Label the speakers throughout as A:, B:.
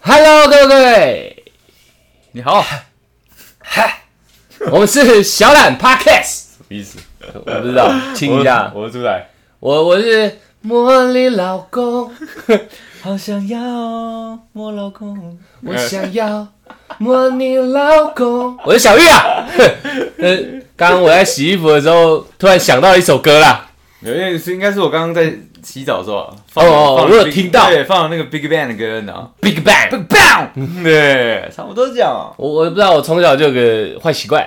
A: Hello，各位，
B: 你好，
A: 我们是小懒 Podcast，
B: 什么意思？
A: 我不知道， 听一下，
B: 我是朱仔。
A: 我我是茉莉老 公，
B: 好想要我老公，
A: 我想要茉莉老公，我是小玉啊。 呃，刚刚我在洗衣服的时候，突然想到一首歌啦，
B: 有点是应该是我刚刚在洗澡的时候啊放
A: 哦哦
B: 放
A: 我有
B: Big-
A: 听到
B: 对，放了那个 Big Bang 的歌呢。
A: 《Big Bang》。
B: Bang，对，差不多是这样哦。
A: 我我不知道，我从小就有个坏习惯，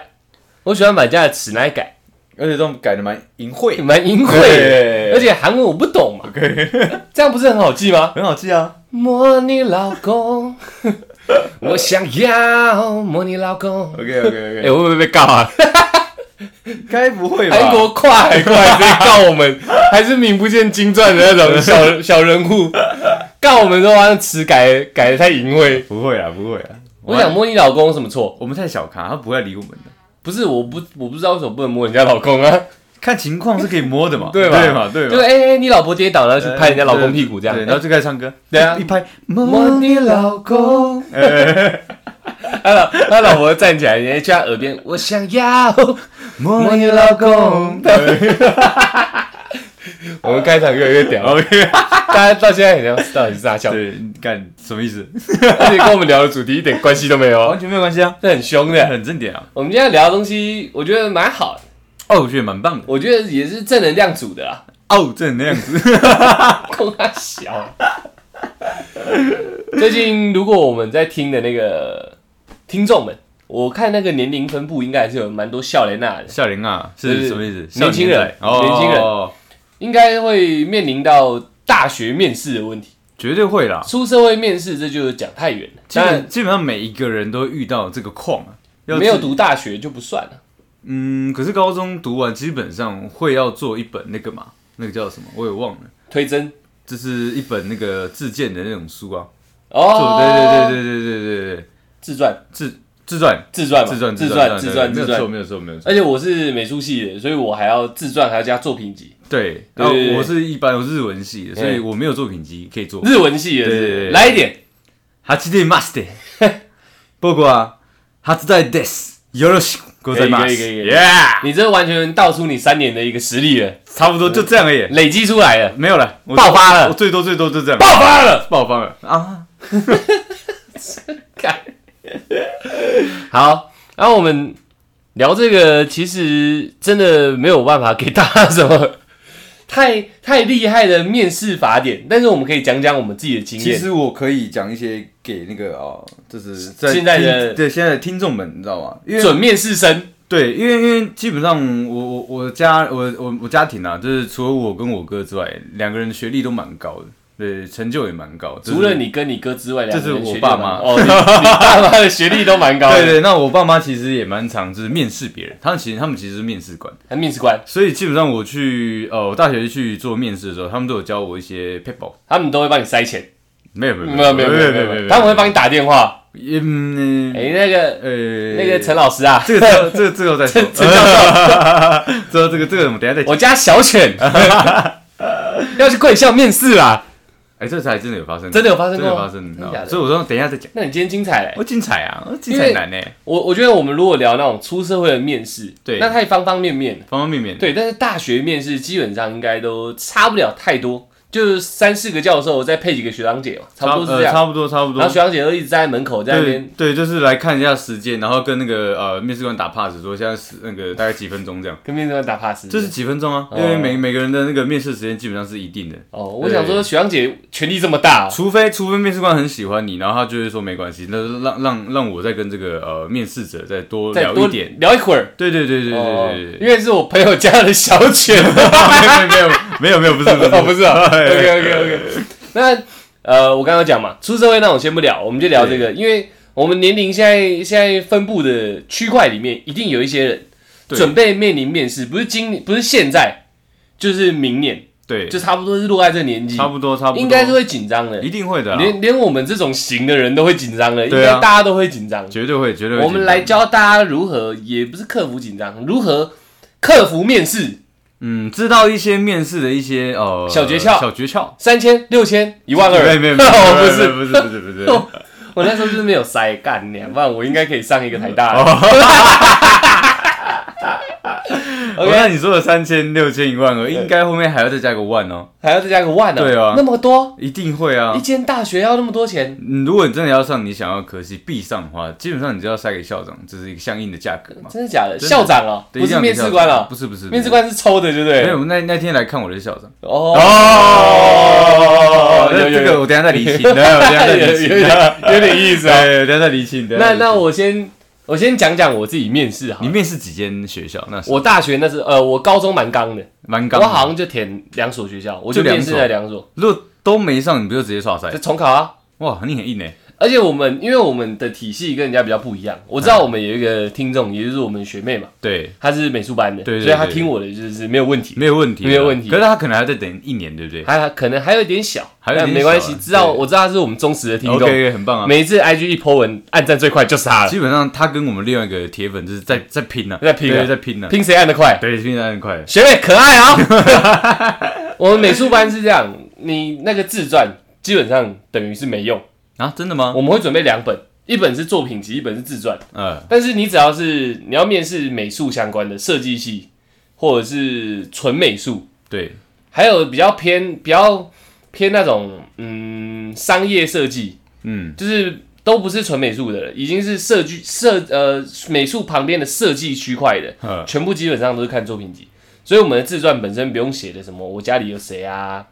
A: 我喜欢把家的词拿来改，
B: 而且这种改的蛮淫 秽，
A: 蛮淫秽的，
B: 对
A: 而且韩文我不懂嘛，这样不是很好记吗？
B: 很好记啊。
A: 摸你老 公，我想要摸你老公。
B: OK OK
A: 哎、
B: OK，
A: 我会不会被告啊？
B: 该不会吧？
A: 韩哎国跨海过来直接告我们， 还是名不见经传的那种 小小人物，告我们说好像词改改的太淫秽。
B: 不会啊，不会啊。
A: 我想摸你老公有什么错？
B: 我们太小咖，他不会理我们的。
A: 不是，我不我不知道为什么不能摸人家老公啊，
B: 看情况是可以摸的嘛，
A: 对吧？
B: 对嘛，对
A: 就是
B: 嘛。
A: 哎、哎你老婆跌倒了，去拍人家老公屁股这样。
B: 对，然后就开始唱歌，
A: 对啊
B: 一拍
A: 摸你老 公，他老他老婆站起来，人家去他耳边，我想要
B: 摸
A: 摸你老公。我们开场越来越屌，
B: OK，
A: 大家到现在很像到底是傻笑，
B: 对，你干什么意思？
A: 而且跟我们聊的主题一点关系都没有
B: 完
A: 哦，
B: 全没有关系啊，
A: 这很凶的。
B: 很正点啊。
A: 我们今天聊的东西，我觉得蛮好的，
B: 哦，我觉得蛮棒的。
A: 我觉得也是正能量组的啊啦，
B: 哦，正能量子。
A: 空他小。最近如果我们在听的那个听众们，我看那个年龄分布应该还是有蛮多笑脸娜的，
B: 笑林啊，
A: 就是
B: 是什么意思？
A: 年轻人
B: 少
A: 年轻
B: 年仔
A: 人
B: 哦，
A: 应该会面临到大学面试的问题。
B: 绝对会啦。
A: 出社会面试这就是讲太远了，
B: 基
A: 当
B: 本
A: 然
B: 基本上每一个人都会遇到这个况啊。要
A: 没有
B: 自
A: 读大学就不算了。
B: 嗯，可是高中读完，基本上会要做一本那个嘛，那个叫什么？我也忘了，
A: 推甄
B: 就是一本那个自荐的那种书啊。
A: 哦，
B: 对对对对对对对对，
A: 自传
B: 自自传。
A: 自传嘛
B: 自传，
A: 啊自传自传自
B: 对没有错，
A: 传，
B: 没有错，没有错。
A: 而且我是美术系的，所以我还要自传，还要加作品集。
B: 对，
A: 对
B: 然后
A: 对对
B: 我是一般，我是日文系的，所以
A: 嗯
B: 我没有作品集可以做。
A: 日文系的
B: 对对
A: 是
B: 对
A: 来一点，
B: 初でまして。僕は初台です。よろしくございます。
A: 可以可以可以
B: Yeah，
A: 你这完全道出你三年的一个实力了，
B: 差不多就这样而已，
A: 累积出来了，
B: 没有了，我
A: 爆发了
B: 我最多最多就这样，
A: 爆发了！
B: 爆发了啊！
A: 看，好，然后我们聊这个，其实真的没有办法给大家什么 太太厉害的面试法典，但是我们可以讲讲我们自己的经
B: 其
A: 验。
B: 实我可以讲一些给那个哦，就是在
A: 现在的
B: 听对现在的听众们，你知道吗？因为
A: 准面试生，
B: 对，因为因为基本上我我我家我我我家庭啊，就是除了我跟我哥之外，两个人学历都蛮高的，对，成就也蛮高。就是
A: 除了你跟你哥之外，两个人
B: 这是我
A: 学历
B: 爸
A: 都蛮
B: 妈
A: 哦，你你爸妈的学历都蛮高的。
B: 对对，那我爸妈其实也蛮常就是面试别人，他们其实他们其实是面试官，
A: 那面试官
B: 所以基本上我去呃我大学去做面试的时候，他们都有教我一些 people，
A: 他们都会帮你塞钱，
B: 没有没有
A: 没有没有没有没有没有，他们会帮你打电话。
B: 也嗯
A: 哎，那个
B: 呃
A: 那个陈老师 啊，
B: 这个这个这个再说，
A: 陈教授，
B: 之后这个这个我们等一下再讲，
A: 我家小犬要去贵校面试啦。
B: 哎这次还真的有发生，
A: 真的有发生过
B: 真的有发生，你知
A: 真的
B: 道
A: 假的
B: 吗所以我说等一下再讲，
A: 那你今天精彩嘞！
B: 我精彩啊，我精彩难呢，
A: 我我觉得我们如果聊那种出社会的面试，
B: 对
A: 那太方方面面了。
B: 方方面面，
A: 对，但是大学面试基本上应该都差不了太多，就是三四个教授再配几个学长姐嘛，差不多是这
B: 呃
A: 样。
B: 差不多差不多
A: 然后，学长姐都一直在门口在那
B: 对
A: 边，
B: 对，就是来看一下时间，然后跟那个呃面试官打 pass 说现在是那个大概几分钟这样。
A: 跟面试官打 pass。
B: 这是几分钟啊？因为每每个人的那个面试时间基本上是一定的，
A: 哦，我想说学长姐权力这么大哦、
B: 除非除非面试官很喜欢你，然后他就会说没关系，那就让让让我再跟这个呃面试者再多
A: 再
B: 聊
A: 多
B: 一点。
A: 聊一会儿。
B: 对对对对
A: 哦
B: 对对对
A: 因为是我朋友家的小犬。
B: 对， 没有没有没有没有不是
A: 哦，
B: 不
A: 不
B: 是
A: 是啊
B: 哎
A: ，OK OK OK。那呃，我刚刚讲嘛，出社会那种先不聊，我们就聊这个，因为我们年龄现在现在分布的区块里面，一定有一些人
B: 对
A: 准备面临面试，不是今不是现在，就是明年，
B: 对，
A: 就差不多是落在这年纪，
B: 差不多差不多，
A: 应该是会紧张的
B: 一，定会的啊，
A: 连连我们这种型的人都会紧张的，应
B: 对
A: 该
B: 啊
A: 大家都会紧张。
B: 绝对会绝对会。
A: 我们来，教大家如何，也不是克服紧张，如何克服面试，
B: 嗯，知道一些面试的一些呃
A: 小诀窍
B: 小诀窍。
A: 三千、六千、一万二，
B: 没有没有没有，
A: 哦不是
B: 不是不是不是，
A: 哦 我那时候就是没有塞干你啊，不然我应该可以上一个台大了。
B: 哦我看你说的三千、六千、一万二，应该后面还要再加个万哦，
A: 还要再加个万呢、
B: 对啊
A: 那么多，
B: 一定会啊
A: 一。间大学要那么多钱，
B: 嗯如果你真的要上你想要的科系必上的话，基本上你就要塞给校长，这是一个相应的价格嘛。
A: 真的假的？
B: 啊真的
A: 校长哦、
B: 对
A: 不
B: 一
A: 是
B: 定要给
A: 面
B: 校
A: 试
B: 长
A: 官哦、
B: 不是不是，
A: 面试官是抽的，对不
B: 没
A: 对？
B: 有。那那天来看我的是校长。
A: 哦
B: 哦，那这个我等一下再理清，等一下我等一下再理 清，
A: 有有点 有点意思啊
B: 对，等一下再理清。等一下
A: 那
B: 再理清
A: 那我先我先讲讲我自己面试哈
B: 你。面试几间学校？那时候
A: 我大学那是呃，我高中蛮刚的，
B: 蛮高
A: 我
B: 的，
A: 好像就填两所学校，我就
B: 就两
A: 面试
B: 所
A: 了两所，
B: 如果都没上，你不就直接刷
A: 就
B: 塞？
A: 重考啊。
B: 哇，你很硬哎！
A: 而且我们因为我们的体系跟人家比较不一样，我知道我们有一个听众，也就是我们学妹嘛，
B: 对，
A: 她是美术班的，
B: 对对
A: 所以她
B: 对
A: 听我的就是没有问题。
B: 没有问题，
A: 没有问题
B: 可是他可能还要再等一年，对不对
A: 还可能还有一点小，
B: 还有一
A: 但
B: 点
A: 没关系，
B: 小啊
A: 知道
B: 对
A: 我知道她是我们忠实的听众。
B: ？OK，很棒啊！
A: 每一次 IG 一 po 文，按赞最快就是她了，
B: 基本上他跟我们另外一个铁粉就是在嗯在拼呢，
A: 在拼啊
B: 对在拼呢，
A: 拼谁按的快？
B: 对，拼的很快。
A: 学妹可爱啊、 我们美术班是这样，你那个自传基本上等于是没用，
B: 啊，真的吗？
A: 我们会准备两本，一本是作品集，一本是自传。
B: 嗯，
A: 但是你只要是你要面试美术相关的设计系，或者是纯美术，
B: 对，
A: 还有比较偏比较偏那种嗯商业设计，
B: 嗯，
A: 就是都不是纯美术的了，已经是设计设呃美术旁边的设计区块的，
B: 嗯
A: 全部基本上都是看作品集，所以我们的自传本身不用写的什么我家里有谁啊，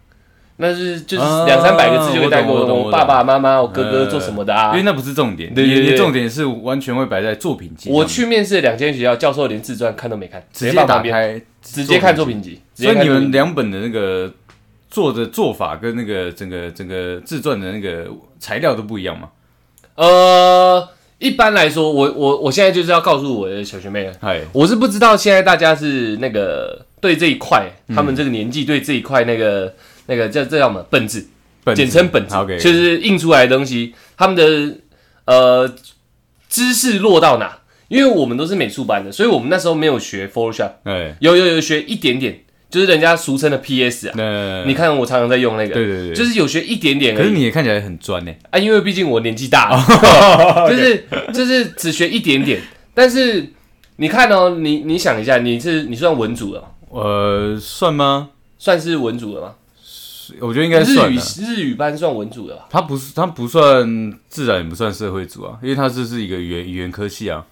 A: 那是就是
B: 啊
A: 两三百个字就会带过
B: 我懂我懂
A: 我
B: 我懂
A: 爸爸妈妈、我哥哥
B: 嗯
A: 做什么的啊。
B: 因为那不是重点，
A: 对对
B: 你
A: 对
B: 你重点是完全会摆在作品集上面。
A: 我去面试的两间学校，教授连自传看都没看，
B: 直接
A: 放旁
B: 打
A: 边，
B: 开，
A: 直接看作
B: 品集。
A: 品集。直
B: 所
A: 接
B: 以
A: 看
B: 你
A: 作
B: 们
A: 品集
B: 两本的那个做的做法跟那个整个整个自传的那个材料都不一样嘛？
A: 呃，一般来说，我我我现在就是要告诉我的小学妹了，啊
B: 哎，
A: 我是不知道现在大家是那个对这一块，他们这个年纪对这一块那个那个叫这叫什么本质，
B: 本
A: 简称本质，
B: ，OK，
A: 就是印出来的东西，他们的呃知识落到哪？因为我们都是美术班的，所以我们那时候没有学 Photoshop，
B: 哎，
A: 有有有学一点点，就是人家俗称的 PS 啊。
B: 那
A: 你看我常常在用那个，
B: 对对对，
A: 就是有学一点点而
B: 可是
A: 已
B: 你也看起来很专欸呢，
A: 啊，因为毕竟我年纪大了，
B: 哦
A: 就是就是只学一点点。但是你看哦，你你想一下，你是你算文组了吗？
B: 呃，算吗？
A: 算是文组了吗？
B: 我觉得应该
A: 日
B: 算
A: 语
B: 啊。
A: 日语班算文组的吧？
B: 他不是，他不算自然，也不算社会组啊，因为他这是一个语言语言科系啊。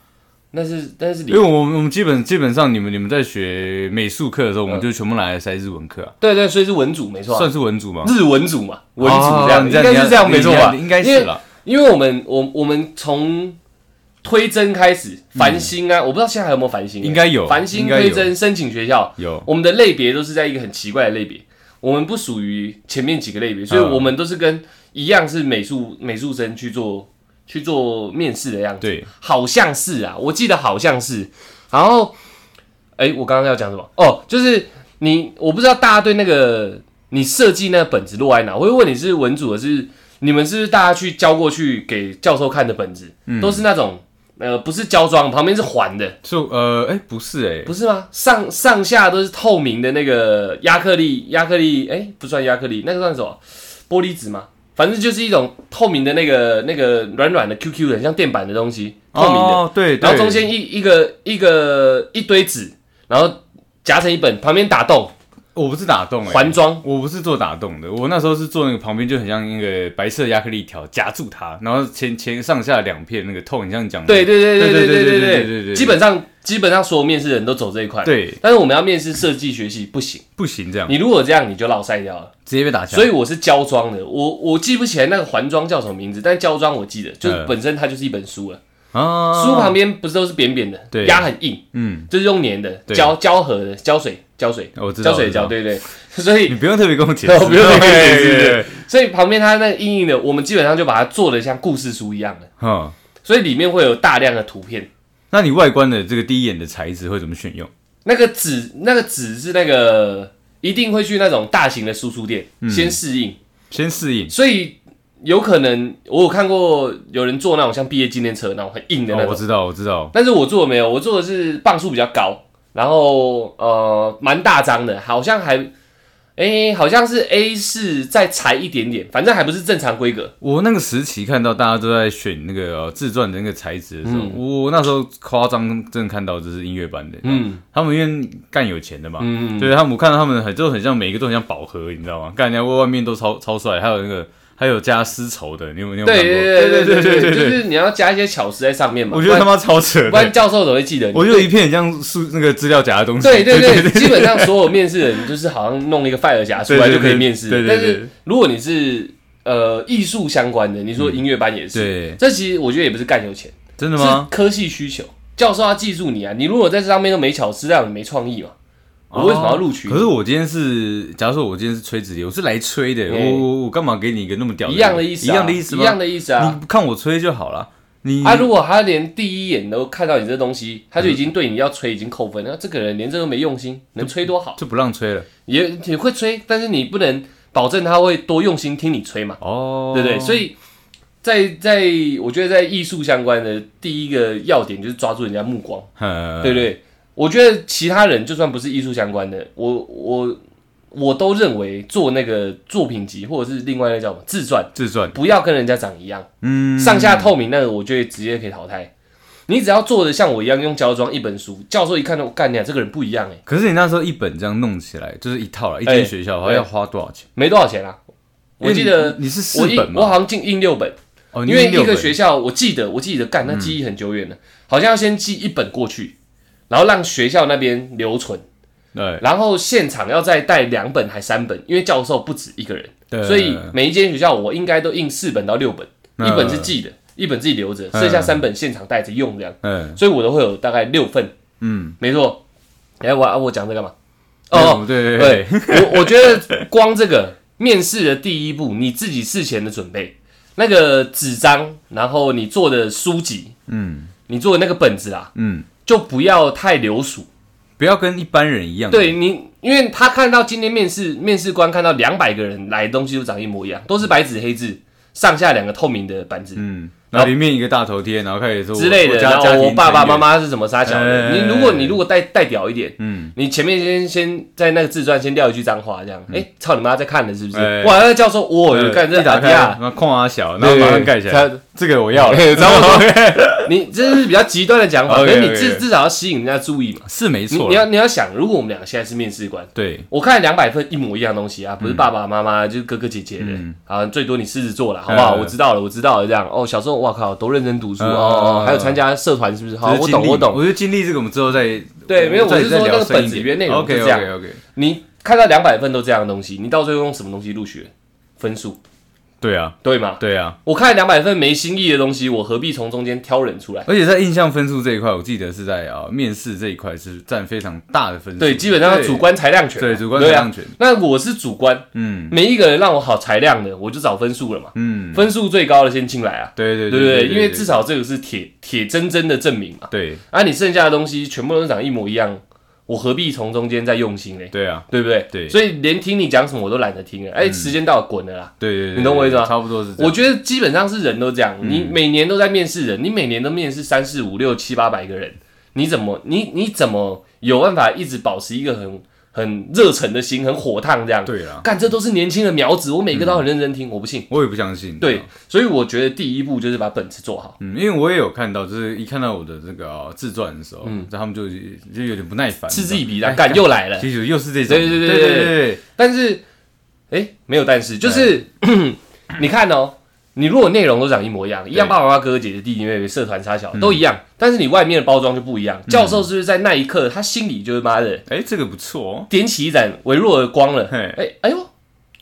A: 那是那是理
B: 因为我们我们基本基本上你们你们在学美术课的时候，我们
A: 嗯
B: 就全部拿来塞日文课啊，
A: 对对，所以是文组没错啊、
B: 算是文组吗？
A: 日文组嘛，文组这样、
B: 哦
A: 应该是这样没错吧？
B: 你应该
A: 因
B: 是
A: 为
B: 啦。
A: 因为我们我我们从推甄开始，繁星啊，我不知道现在还有没有繁星、
B: 嗯
A: 啊
B: 应该有
A: 繁星
B: 应该
A: 推
B: 有
A: 甄申请学校，
B: 有
A: 我们的类别都是在一个很奇怪的类别，我们不属于前面几个类别，所以我们都是跟一样是美术美术生去做去做面试的样子，
B: 对，
A: 好像是啊，我记得好像是。然后，哎，我刚刚要讲什么？哦，就是你，我不知道大家对那个你设计那个本子落在哪，我会问你是文组的是你们是不是大家去交过去给教授看的本子，都是那种呃不是胶装，旁边是环的，
B: 就呃，哎、不是哎、
A: 不是吗？上上下都是透明的那个亚克力，亚克力，哎、不算亚克力，那个算什么？玻璃纸吗？反正就是一种透明的那个那个软软的 QQ 的，很像电板的东西，透明的。
B: 哦、对，对
A: 然后中间一一个一个一堆纸，然后夹成一本，旁边打洞
B: 我不是打洞、欸，
A: 环装。
B: 我不是做打洞的，我那时候是做那个旁边就很像那个白色亚克力条夹住它，然后前前上下两片那个透，你像讲的
A: 对对对对对
B: 对
A: 对
B: 对对对对
A: 对，
B: 对
A: 基本上基本上所有面试人都走这一块。，
B: 对，
A: 但是我们要面试设计学系不行，
B: 不行这样，
A: 你如果这样你就落塞掉了。
B: 直接被打枪。
A: 所以我是胶装的，我我记不起来那个环装叫什么名字，但胶装我记得，就是
B: 嗯
A: 本身它就是一本书了，
B: 啊，
A: 书旁边不是都是扁扁的，
B: 对
A: 压很硬，
B: 嗯，
A: 就是用粘的
B: 对哦
A: 胶胶合的胶水胶水
B: 我知道
A: 胶水
B: 我知道
A: 胶，对对， 所以
B: 你不用特别跟我解
A: 我
B: 释，
A: 不用特别解释
B: 对对对
A: 所以旁边它那个硬硬的，我们基本上就把它做的像故事书一样的，
B: 嗯，
A: 所以里面会有大量的图片。
B: 那你外观的这个第一眼的材质会怎么选用？
A: 那个纸，那个纸是那个一定会去那种大型的输出店、
B: 嗯
A: 先适应，
B: 先适应。
A: 所以有可能我有看过有人做那种像毕业纪念册那种很硬的那
B: 哦，
A: 种，
B: 我知道，我知道，
A: 但是我做的没有，我做的是磅数比较高，然后呃蛮大张的，好像还哎，好像是 A 四再裁一点点，反正还不是正常规格。
B: 我那个时期看到大家都在选那个呃自传的那个材质的时候，
A: 嗯
B: 我那时候夸张真的看到就是音乐班的，嗯，他们因为干有钱的嘛，嗯，对他们我看到他们很就很像每一个都很像宝盒，你知道吗？干人家外面都超超帅，还有那个还有加丝绸的，你有没有你有没
A: 对
B: 有看过？
A: 对对对对，就是你要加一些巧思在上面嘛。
B: 我觉得他
A: 不然
B: 妈超扯
A: 不然
B: 的，
A: 教授怎么会记得你？
B: 我觉得一片很像数那个资料夹的东西，
A: 对对对，基本上所有面试人就是好像弄了一个 file 夹出来就可以面试
B: 对。对
A: 但
B: 对对
A: 是如果你是呃艺术相关的，你说音乐班也是，
B: 对，
A: 这其实我觉得也不是干有钱，
B: 真的
A: 是
B: 吗？
A: 科系需求。教授要记住你啊，你如果在这上面都没巧思，让你没创意嘛，我为什么要录取你
B: 哦可是我今天是，假如说我今天是吹直笛，我是来吹的，
A: 嗯
B: 我我我干嘛给你一个那么屌
A: 一样的意思啊，
B: 一样的意思吗？
A: 一样的意思啊。
B: 你看我吹就好了。你
A: 啊，如果他连第一眼都看到你这东西，他就已经对你要吹已经扣分了，那这个人连这都没用心，能吹多好？
B: 就不让吹了
A: 也也会吹，但是你不能保证他会多用心听你吹嘛。
B: 哦，
A: 对不对？所
B: 以
A: 以在在我觉得在艺术相关的第一个要点就是抓住人家目光，
B: 嗯
A: 对不对？我觉得其他人就算不是艺术相关的，我我我都认为做那个作品集或者是另外那叫什么自传，
B: 自传，
A: 不要跟人家长一样，
B: 嗯，
A: 上下透明那个，我觉得直接可以淘汰。你只要做的像我一样用胶装一本书，教授一看到我干你、啊、这个人不一样哎、
B: 可是你那时候一本这样弄起来，就是一套了，一
A: 哎
B: 间学校好像要花多少钱？
A: 没多少钱啊。我记
B: 因为
A: 得
B: 哎你你是
A: 我
B: 四
A: 一
B: 本
A: 我
B: 嘛，
A: 好像进印六本，
B: 哦，你
A: 因为
B: 六
A: 一个
B: 本嗯
A: 学校，我记得我记得干，那记忆很久远了，好像要先寄一本过去，然后让学校那边留存，
B: 对
A: 然后现场要再带两本还三本，因为教授不止一个人，
B: 对，
A: 所以每一间学校我应该都印四本到六本，
B: 嗯
A: 一本是寄的，一本自己留着，剩下三本现场带着用这样，
B: 嗯
A: 所以我都会有大概六份，
B: 嗯，
A: 没错。哎，我啊我讲这干嘛？哦，
B: 哦对
A: 对，我我觉得光这个面试的第一步，你自己事前的准备，那个纸张，然后你做的书籍，
B: 嗯
A: 你做的那个本子啊，
B: 嗯，
A: 就不要太流俗。
B: 不要跟一般人一样，
A: 对你，因为他看到今天面试面试官看到两百个人来，东西都长一模一样，都是白纸黑字，上下两个透明的板子。
B: 嗯，然后里面一个大头贴，然后开始说我
A: 之类
B: 我
A: 的，
B: 家
A: 然
B: 家
A: 后
B: 庭
A: 我爸爸
B: 成员
A: 妈妈是怎么杀小的？
B: 哎
A: 你如果你如果带带屌一点，
B: 嗯，
A: 你前面先先在那个自传先撂一句脏话，这样，哎、操你妈在看了是不是？
B: 哎
A: 哇，那个教授，哇，
B: 对
A: 有干这哎
B: 一打
A: 打
B: 开，
A: 架，
B: 然后框啊小，然后马上盖起来。
A: 他
B: 这个我要 了，
A: 对差不多你这是比较极端的讲法， 可
B: OK，OK，OK
A: 是你至至少要吸引人家注意嘛。
B: 是没
A: 你
B: 错
A: 你
B: 啦。
A: 要你要想，如果我们两个现在是面试官，
B: 对，
A: 我看两百份一模一样的东西啊，不是爸爸妈妈就是哥哥姐姐的
B: 嗯，
A: 啊，最多你狮子座了，好不好？
B: 嗯
A: 我知道了，我知道了，这样哦。小时候哇靠，都认真读书
B: 嗯
A: 哦，哦
B: 嗯
A: 还有参加社团是不是？好，
B: 只是
A: 我
B: 经
A: 懂
B: 历
A: 我懂。
B: 我觉得经历这个，我们之后再
A: 对没有
B: 再
A: 我是说
B: 再聊
A: 那个
B: 深一
A: 本子
B: 点
A: 里面内容是
B: OK
A: 这样
B: OK OK，
A: 你看到两百份都这样的东西，你到最后用什么东西入学？分数
B: 对啊
A: 对吗？
B: 对啊，
A: 我看两百份没新意的东西，我何必从中间挑人出来？
B: 而且在印象分数这一块，我记得是在啊面试这一块是占非常大的分数，
A: 对，基本上主观裁量权嘛，
B: 对主观裁量权
A: 对啊那我是主观，
B: 嗯
A: 每一个人让我好裁量的，我就找分数了嘛，
B: 嗯，
A: 分数最高的先进来啊，
B: 对对
A: 对不对？因为至
B: 少
A: 少这个是铁铁铮铮的证明嘛，
B: 对
A: 啊，你剩下的东西全部都长一模一样，我何必从中间再用心嘞？
B: 对啊
A: 对不对？
B: 对
A: 所以连听你讲什么我都懒得听了，哎，时间到了，滚了啦。
B: 对对对，
A: 你懂我意思吗
B: 差不多是这
A: 我
B: 样，嗯
A: 觉得基本上是人都这样，你每年都在面试人，你每年都面试三四五六七八百个人，你怎么你你怎么有办法一直保持一个很很热忱的心，很火烫这样？
B: 对啊嗯啦，
A: 干这都是年轻的苗子，我每个都很认真听，我不信。
B: 我也不相信，
A: 对，所以我觉得第一步就是把本子做好。
B: 嗯，因为我也有看到，就是一看到我的这个啊自传的时候，嗯，他们就就有点不耐烦，
A: 嗤之
B: 你
A: 以
B: 知
A: 鼻的，干又来
B: 道吗
A: 了。
B: 其实又是这种，
A: 对对对
B: 对
A: 对对
B: 对，
A: 但是，哎，没有但是，就是、 你看哦，你如果内容都长一模一样，一样爸爸妈妈、哥哥姐姐、弟弟妹妹、社团差小都一
B: 嗯
A: 样，但是你外面的包装就不一样。教授是不是在那一刻，他心里就是妈的
B: 哎，这个不错哦，
A: 点起一盏微弱的光 了？
B: 嘿，
A: 哎，哎呦，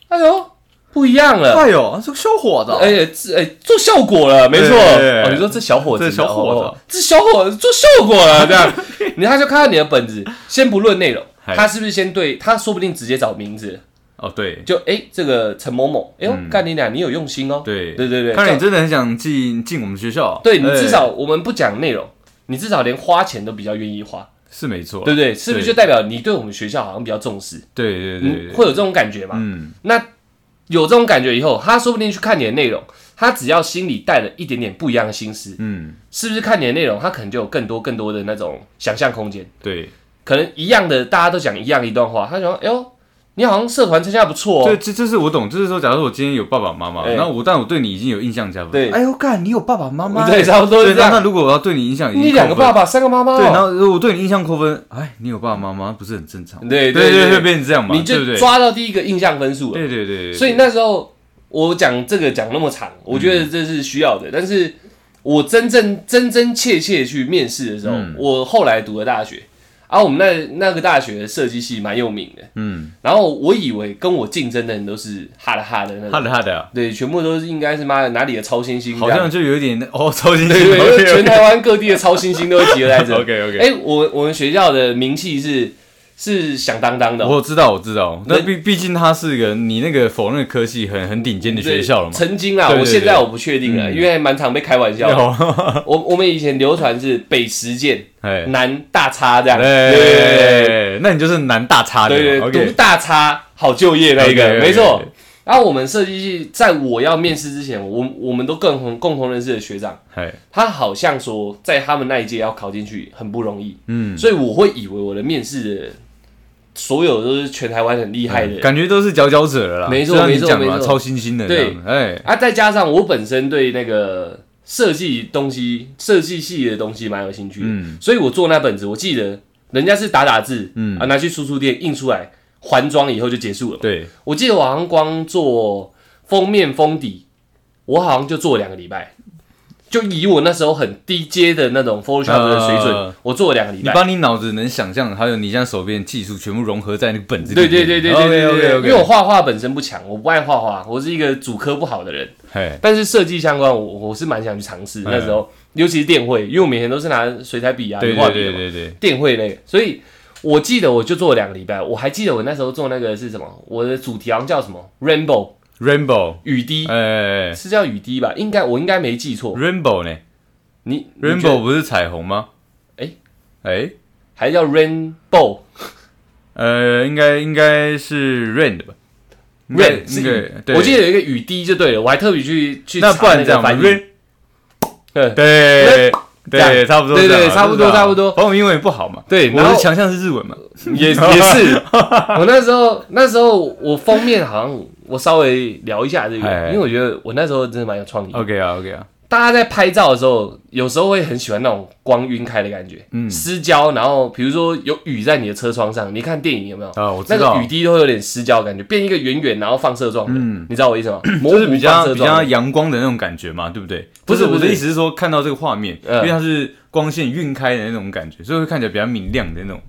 A: 哎呦，不一样了。
B: 哎呦，这个小伙子，
A: 哎，这哎，做效果了，没错。
B: 对对对
A: 哦，你说这小伙子，
B: 这小伙子
A: 哦这小伙子做效果了，这 样，你他就看到你的本子，先不论内容，
B: 嗨
A: 他是不是先对他，说不定直接找名字，
B: 哦，对
A: 就哎、诶这个陈某某，哎呦，干、你俩，你有用心哦。
B: 嗯对
A: 对对对
B: 看来你
A: 这
B: 真的很想进进我们学校，
A: 对你至
B: 哎
A: 少我们不讲内容，你至少连花钱都比较愿意花，
B: 是没错，
A: 对不对？是不是就代表你对我们学校好像比较重视？
B: 对对对
A: 嗯，
B: 对，
A: 会有这种感觉嘛？
B: 嗯，
A: 那有这种感觉以后，他说不定去看你的内容，他只要心里带了一点点不一样的心思，
B: 嗯，
A: 是不是看你的内容，他可能就有更多更多的那种想象空间？
B: 对，
A: 可能一样的，大家都讲一样一段话，他想说，哎呦，你好像社团参加不错
B: 对，
A: 哦。
B: 这这是我懂，就是说，假如我今天有爸爸妈妈，
A: 哎
B: 然后我但我对你已经有印象加分。
A: 对
B: 哎呦干，你有爸爸妈妈，哎
A: 对，差不多是
B: 对，
A: 这
B: 那
A: 样。
B: 那如果我要对你印象已经
A: 你两个
B: 扣分
A: 爸爸，三个妈妈、哦，
B: 对，然后如果我对你印象扣分，哎，你有爸爸妈妈不是很正常？
A: 对
B: 对
A: 对
B: 会变成这样嘛？
A: 你
B: 对不
A: 就
B: 对？
A: 抓到第一个印象分数了。
B: 对对对对，嗯
A: 所以那时候我讲这个讲那么长，我觉得这是需要的。但是我真正真真切切去面试的时候，
B: 嗯
A: 我后来读了大学，啊，我们那那个大学的设计系蛮有名的。
B: 嗯，
A: 然后我以为跟我竞争的人都是哈的哈的那
B: 他
A: 种，
B: 的他的啊，
A: 对，全部都是应该是妈的哪里的超新星这
B: 好
A: 样，
B: 像就有一点哦，超级
A: 对对，因 为全台湾各地的超新星都会集合在这。
B: OK OK，
A: 哎、我我们学校的名气是是响当当的哦、
B: 我知道我知道，
A: 对
B: 那毕毕竟他是一个你那个否认科系很很顶尖的学校了嘛
A: 对，曾经啦，
B: 对对
A: 我现在我不确定了，
B: 嗯
A: 因为蛮常被开玩笑的。
B: 有，
A: 我我们以前流传是北实践、
B: 哎，
A: 南大差这样，对对对对
B: 哎，那你就是男大差的
A: 对对，读
B: ，OK，
A: 大差好就业那一个，
B: OK，OK，OK
A: 没错。然后我们设计系在我要面试之前，我我们都共同共同认识的学长，
B: 哎，
A: 他好像说在他们那一届要考进去很不容易，
B: 嗯，
A: 所以我会以为我的面试的所有都是全台湾很厉害的人。
B: 感觉都是佼佼者了啦，
A: 没错
B: 就像你
A: 没错
B: 讲
A: 没
B: 嘛，
A: 错
B: 超新星的，
A: 对，
B: 哎，
A: 啊，再加上我本身对那个设计东西、设计系的东西蛮有兴趣的，
B: 嗯
A: 所以我做那本子，我记得人家是打打字，
B: 嗯
A: 啊，拿去输出店印出来，还装以后就结束了嘛。
B: 对，
A: 我记得我好像光做封面封底，我好像就做了两个礼拜，就以我那时候很低阶的那种 Photoshop 的水准，
B: 呃
A: 我做了两个礼
B: 你
A: 拜。
B: 把你脑子能想象，还有你现在手边的技术全部融合在那个本子里
A: 对
B: 面。
A: 对对对对对对
B: OK，
A: 因为我画画本身不强，我不爱画画，我是一个主科不好的人。
B: 嘿，
A: 但是设计相关我，我是蛮想去尝
B: 嗯
A: 试。那时候，尤其是电绘，因为我每天都是拿水彩笔啊、
B: 对
A: 油画
B: 对
A: 笔
B: 对
A: 的嘛，
B: 对对，
A: 电绘类。所以我记得我就做了两个礼拜，我还记得我那时候做那个是什么，我的主题好像叫什么 “rainbow”
B: Rainbow，
A: 雨滴，
B: 哎哎哎
A: 是叫雨滴吧？应该我应该没记错。
B: ，Rainbow 呢
A: 你你觉得
B: 嗯？Rainbow 不是彩虹吗？
A: 哎
B: 哎，
A: 还叫 rainbow
B: 呃，应该应该是 Rain 的吧
A: rain 是
B: 嗯应该应该
A: 雨，
B: 对
A: 我记得有一个雨滴就对了，我还特别去去
B: 那
A: 查
B: 不然这
A: 个
B: 样吧
A: 翻译
B: ，Rain，
A: 嗯
B: 对
A: 这
B: 对，
A: 样
B: 差不多
A: 对
B: 这样啊，
A: 对差不多
B: 这样啊
A: 差不多
B: 反正我英文也不好嘛，
A: 对
B: 我
A: 然
B: 的
A: 后
B: 强项是日文嘛，
A: 也也 是，我那时候那时候我封面好像我稍微聊一下这个，
B: 哎
A: 因为我觉得我那时候真的蛮有创意的。
B: OK 啊 OK 啊，
A: 大家在拍照的时候，有时候会很喜欢那种光晕开的感觉，嗯，湿焦，然后比如说有雨在你的车窗上，你看电影有没有？
B: 啊我知
A: 那
B: 道
A: 个雨滴都会有点湿焦的感觉，变一个圆圆，然后放射状的，嗯，你知道我意思吗？模
B: 就是
A: 糊
B: 比
A: 放
B: 较
A: 射
B: 比较
A: 状的，
B: 阳光的那种感觉嘛，对不对？
A: 不是
B: 就我
A: 不
B: 的
A: 是
B: 意思是说，看到这个画面，
A: 嗯
B: 因为它是光线晕开的那种感觉，所以会看起来比较明亮的那种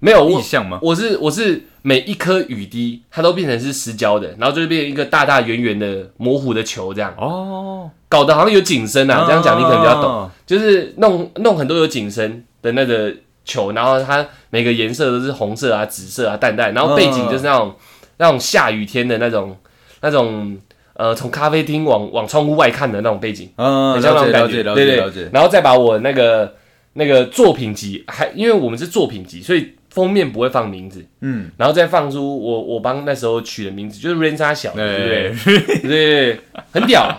A: 没有
B: 意
A: 我
B: 象吗？
A: 我是我是每一颗雨滴它都变成是湿焦的，然后就变成一个大大圆圆的模糊的球这样，
B: 哦，
A: 搞得好像有景深啊，这样讲你可能比较懂。
B: 懂。
A: 就是弄弄很多有景深的那个球，然后它每个颜色都是红色啊、紫色啊、淡淡，然后背景就是那种、那种下雨天的那种那种呃，从咖啡厅往往窗户外看的那种背景，
B: 嗯，
A: 很像那
B: 了
A: 种
B: 解
A: 感
B: 了
A: 觉，
B: 解了
A: 对
B: 解
A: 对
B: 了解。
A: 然后再把我那个那个作品集，还因为我们是作品集，所以封面不会放名字，
B: 嗯，
A: 然后再放出我我帮那时候取的名字，就是 Rain 沙
B: 哎
A: 小，对不对？
B: 对，
A: 对，很屌、啊。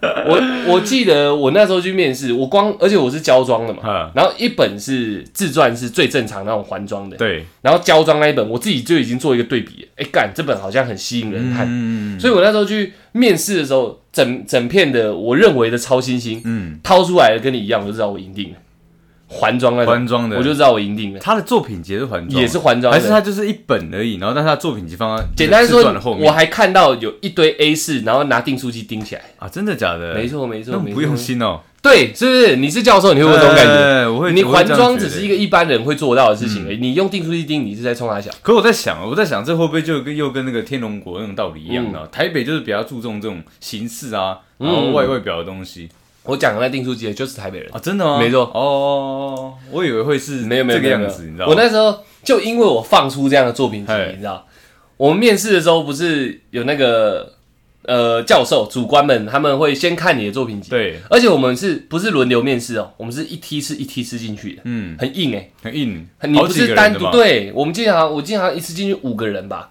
A: 我我记得我那时候去面试，我光而且我是胶装的嘛
B: 嗯，
A: 然后一本是自传是最正常那种环装的，
B: 对，
A: 然后胶装那一本我自己就已经做一个对比了，哎干这本好像很吸引人看，
B: 嗯
A: 所以我那时候去面试的时候，整整片的我认为的超新星
B: 嗯，
A: 掏出来的跟你一样，我就知道我赢定了，环装那种
B: 环装的，
A: 我就知道我赢定了，
B: 他的作品集是环装，
A: 也是环装
B: 还是
A: 的。
B: 他就是一本而已，然后但是他作品集放在
A: 简单说
B: 自传的后，
A: 我
B: 面
A: 还看到有一堆 A 四，然后拿订书机钉起来。
B: 啊，真的假的？
A: 没，错，没错，
B: 那
A: 没
B: 么不
A: 错
B: 用心哦，
A: 对，是不是？你是教授，你会不会这种感觉？
B: 哎我会，
A: 你
B: 我会
A: 还
B: 这样
A: 装
B: 觉
A: 只
B: 得嗯
A: 是一个一般人会做到的事情而已。你用订书机钉，你是在冲他小。
B: 可我在想，我在想，这会不会就跟又跟那个天龙国那种道理一样
A: 嗯
B: 呢、台北就是比较注重这种形式啊，然后外外表的东西、
A: 我讲的那订书机的就是台北人，
B: 啊，真的吗？
A: 没错
B: 哦，我以为会是
A: 没有没有
B: 这个
A: 没有
B: 样子，你知道
A: 我
B: 吗？
A: 那时候就因为我放出这样的作品集
B: 嘿，
A: 你知道，我们面试的时候不是有那个呃教授主官们，他们会先看你的作品集，，
B: 对，
A: 而且我们是不是轮流面试哦？我们是一梯次一梯次进去的，
B: 嗯，
A: 很硬哎、
B: 很硬，
A: 你
B: 好
A: 不
B: 几
A: 是
B: 个
A: 单
B: 人的
A: 独
B: 嘛，
A: 对，我们经常我经常一次进去五个人吧，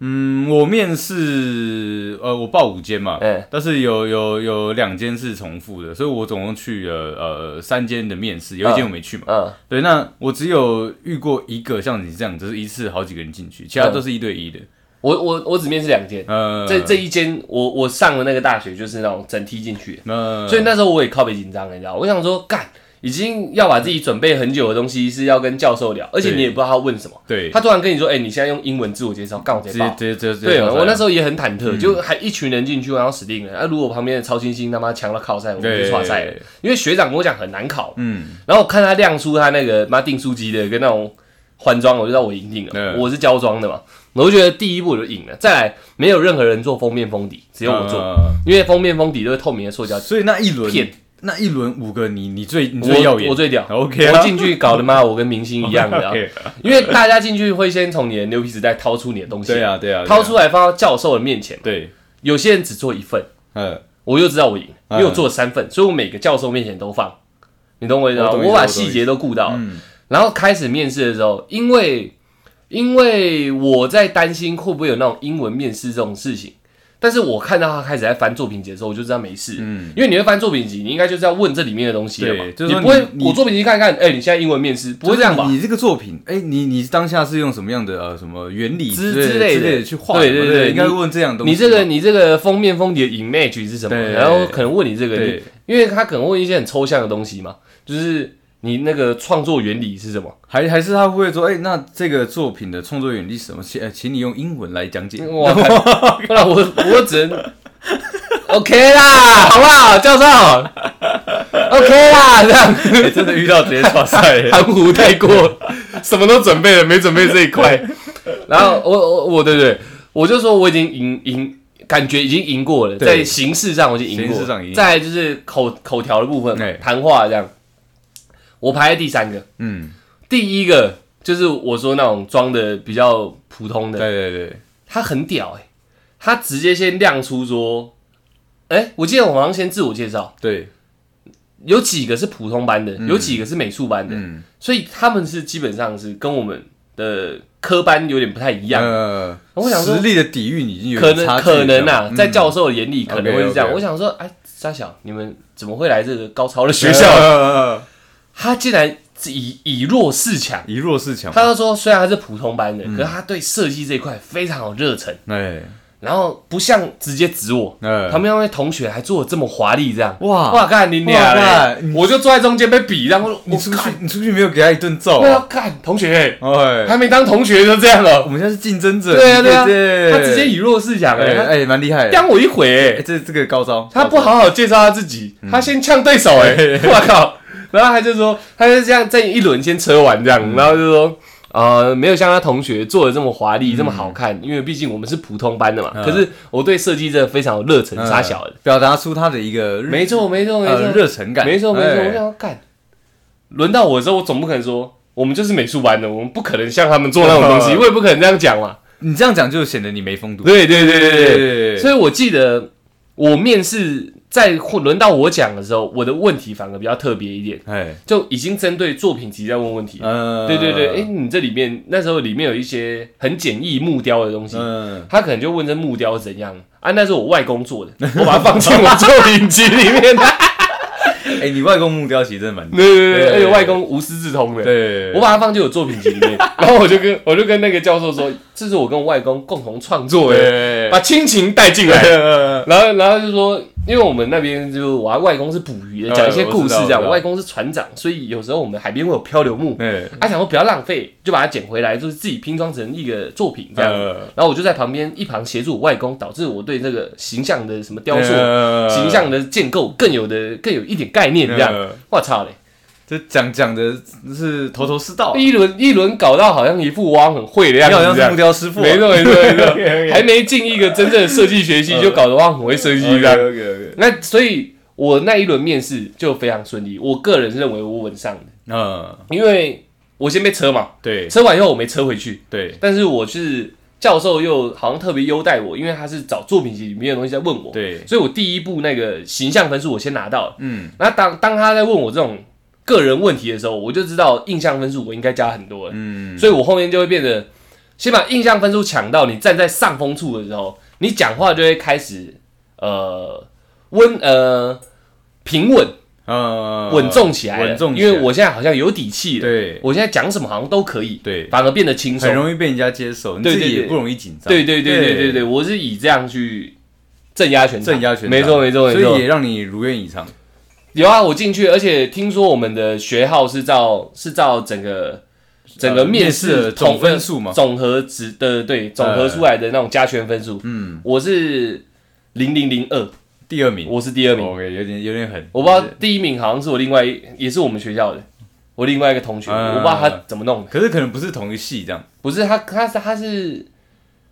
B: 嗯，我面试呃，我报五间嘛，
A: 嗯
B: 但是有有有两间是重复的，所以我总共去了呃三间的面试，有一间我没去嘛。
A: 嗯
B: 对，那我只有遇过一个像你这样，就是一次好几个人进去，其他都是一对一的。
A: 我我我只面试两间，
B: 呃，
A: 嗯这这一间我我上的那个大学就是那种整梯进去的，
B: 那
A: 所以那时候我也靠背紧张，你知道，我想说干，已经要把自己准备很久的东西是要跟教授聊，而且你也不知道他问什么，
B: 对，
A: 他突然跟你说，哎、你现在用英文自我介绍，干我直
B: 直
A: 接爆
B: 接。直接直接直接嗯
A: 对，
B: 跳出来
A: 我那时候也很忐忑，就还一群人进去，然后死定了。啊，如果旁边的超新星他妈强到靠赛，我们就
B: 对
A: 跨赛了。因为学长跟我讲很难考，
B: 嗯，
A: 然后我看他亮出他那个妈订书机的跟那种换装，我就知道我赢定了。
B: 嗯
A: 我是胶装的嘛，我就觉得第一步我就赢了。再来，没有任何人做封面封底，只有我做，
B: 呃
A: 因为封面封底都是透明的塑胶。
B: 所以那一轮
A: 骗
B: 那一轮五个你你最你最耀
A: 我
B: 眼，
A: 我最屌
B: OK 啊
A: 我进去搞的妈，我跟明星一样的啊，
B: OK
A: 因为大家进去会先从你的牛皮纸袋掏出你的东西，
B: 对啊对啊，对啊
A: 掏出来放到教授的面前。
B: 对，
A: 有些人只做一份，
B: 呃，
A: 我就知道我赢，因为我
B: 嗯
A: 做了三份，所以我每个教授面前都放，你懂我意思吗？
B: 我懂意
A: 我
B: 思
A: 把
B: 我懂意
A: 细
B: 思
A: 节都顾到了。
B: 嗯
A: 然后开始面试的时候，因为因为我在担心会不会有那种英文面试这种事情，但是我看到他开始在翻作品集的时候，我就知道没事。
B: 嗯，
A: 因为你会翻作品集，你应该就是要问这里面的东西了嘛
B: 对。就是说
A: 不会，
B: 你
A: 我作品集看一看，哎、你现在英文面试不会这样吧
B: 就是？你这个作品，哎，你你当下是用什么样的呃什么原理
A: 之
B: 之
A: 之类的
B: 之类的去画的嘛？
A: 对对对
B: 应该
A: 你
B: 问这样的东西
A: 你
B: 嘛。
A: 这个你这个封面封底的 image 是什么？
B: 对
A: 然后可能问你这个，
B: 对
A: 你因为他可能问一些很抽象的东西嘛，就是你那个创作原理是什么？
B: 还还是他会说，哎、那这个作品的创作原理是什么？请呃请你用英文来讲解。
A: 哇，不然我我只能 OK 啦，好不好，教授？OK 啦，这样
B: 欸真的 遇到直接抓塞
A: 含糊带过，什么都准备了，没准备这一 块。然后我我我对对，我就说我已经赢赢，感觉已经赢过了，
B: 对
A: 在形式上我已经赢过
B: 形
A: 了，
B: 式上赢
A: 再来就是口口条的部分嘛
B: 对，
A: 谈话这样。我排在第三个，
B: 嗯，
A: 第一个就是我说那种装的比较普通的，
B: 对对对，
A: 他很屌哎、他直接先亮出说，哎、我记得我好像先自我介绍，
B: 对，
A: 有几个是普通班的，有几个是美术班的，
B: 嗯，
A: 所以他们是基本上是跟我们的科班有点不太一样，
B: 呃，
A: 我想说
B: 实力的底蕴已经有
A: 可
B: 点差
A: 能
B: 距
A: 可能啊，
B: 嗯
A: 在教授的眼里可能
B: OK，
A: 会是这样。
B: OK
A: 我想说，哎，沙小，你们怎么会来这个高超的学
B: 呃
A: 校？
B: 呃
A: 啊他竟然以以弱示强。
B: 以弱势强嘛，
A: 他就说，虽然他是普通班的，
B: 嗯
A: 可是他对设计这一块非常有热忱，
B: 哎
A: 然后不像直接指我，
B: 呃，
A: 旁边那位同学还做的这么华丽，这样
B: 哇
A: 哇，干你
B: 哇
A: 娘嘞
B: 干！
A: 我就坐在中间被比，然后
B: 你
A: 我
B: 出去你出去没有给他一顿揍
A: 对啊
B: 啊？，
A: 干同学
B: 哎，
A: 还没当同学就这样
B: 我
A: 了，
B: 们现在是竞争者，
A: 对啊对啊
B: 对
A: 他直接以弱势强
B: 哎
A: 哎，
B: 哎蛮厉害
A: 他
B: 的，
A: 刁我一回
B: 哎
A: 哎，
B: 这这个高招，
A: 他不好好介绍他自己，
B: 嗯
A: 他先呛对手 哎，我靠！然后他就说，他就这样这一轮先扯完这
B: 嗯
A: 样，然后就说。呃，没有像他同学做的这么华丽、这么好看，因为毕竟我们是普通班的嘛。
B: 嗯
A: 可是我对设计这非常有热忱，
B: 嗯
A: 傻小的。
B: 表达出他的一个
A: 没错，没错，没错
B: 呃，热忱感，
A: 没错没错，
B: 哎
A: 我想要干。轮到我的时候，我总不可能说我们就是美术班的，我们不可能像他们做那种东 西，我也不可能这样讲嘛。
B: 你这样讲就显得你没风度。
A: 对对对
B: 对
A: 对对。
B: 对
A: 所以我记得我面试在轮到我讲的时候，我的问题反而比较特别一点，
B: 哎，
A: 就已经针对作品集在问问题。
B: 嗯，
A: 对对对，哎，，你这里面那时候里面有一些很简易木雕的东西，
B: 嗯，
A: 他可能就问这木雕是怎样啊？那是我外公做的，我把它放进 我作品集里面。
B: 哎，你外公木雕其实真的蛮，
A: 对对对，
B: 对
A: 而且外公无师自通的。
B: 对
A: 嗯我把它放进我作品集 里面，然后我就跟我就跟那个教授说，这是我跟我外公共同创作的，
B: 对，
A: 把亲情带进来。
B: 呃
A: 然后然后就说，因为我们那边就我外公是捕鱼的，
B: 嗯
A: 讲一些故事这
B: 我
A: 样。
B: 知道我知道
A: 我外公是船长，所以有时候我们海边会有漂流木，
B: 哎，
A: 他、想说不要浪费，就把它捡回来，就是自己拼装成一个作品这样。
B: 呃
A: 然后我就在旁边一旁协助我外公，导致我对这个形象的什么雕塑、
B: 呃
A: 形象的建构更有的更有一点概念这样。
B: 呃
A: 我操嘞！
B: 这讲讲的是头头是道，
A: 一轮一轮搞到好像一副汪很会的样
B: 哦
A: 子，
B: 你好
A: 哎
B: 像
A: 这
B: 是
A: 样
B: 木雕师傅啊，
A: 没错没错没
B: OK，OK
A: 错，还没进一个真正的设计学 系，就搞得汪很会设计这样。嗯
B: OK，
A: 那所以，我那一轮面试就非常顺利，我个人认为我稳上的，
B: 嗯，
A: 因为我先被车嘛，
B: 对
A: 车完以后我没车回去，
B: 对
A: 但是我是教授又好像特别优待我，因为他是找作品集里面的东西在问我，
B: 对，
A: 所以我第一步那个形象分数我先拿到了，
B: 嗯
A: 那当当他在问我这种个人问题的时候，我就知道印象分数我应该加很多了。
B: 嗯，
A: 所以我后面就会变得先把印象分数抢到你站在上风处的时候，你讲话就会开始呃温呃平稳
B: 呃，
A: 稳重起来了，
B: 稳重起
A: 因
B: 来，
A: 为我现在好像有底气了，
B: 对
A: 我现在讲什么好像都可以，
B: 对，
A: 反而变得轻松
B: 很。容易被人家接受，你
A: 对
B: 自
A: 对
B: 己也
A: 对
B: 不容易紧张，
A: 对对对对对
B: 对
A: 对，我是以这样去镇压全场，
B: 镇压全场
A: 没错没错没
B: 所以也
A: 错。
B: 让你如愿以偿。
A: 有啊，我进去，而且听说我们的学号是照是照整个整个
B: 呃面试
A: 试
B: 的
A: 统
B: 总分数嘛
A: 总和值的对总和出来的那种加权分数，
B: 嗯，
A: 我是零零零二，
B: 第二名
A: 我是第二名，
B: ，OK，有点有点狠，
A: 我不知道第一名好像是我另外一也是我们学校的。我另外一个同学，
B: 嗯
A: 我不知道他怎么弄的，
B: 可是可能不是同一系这样
A: 不是他，他是他是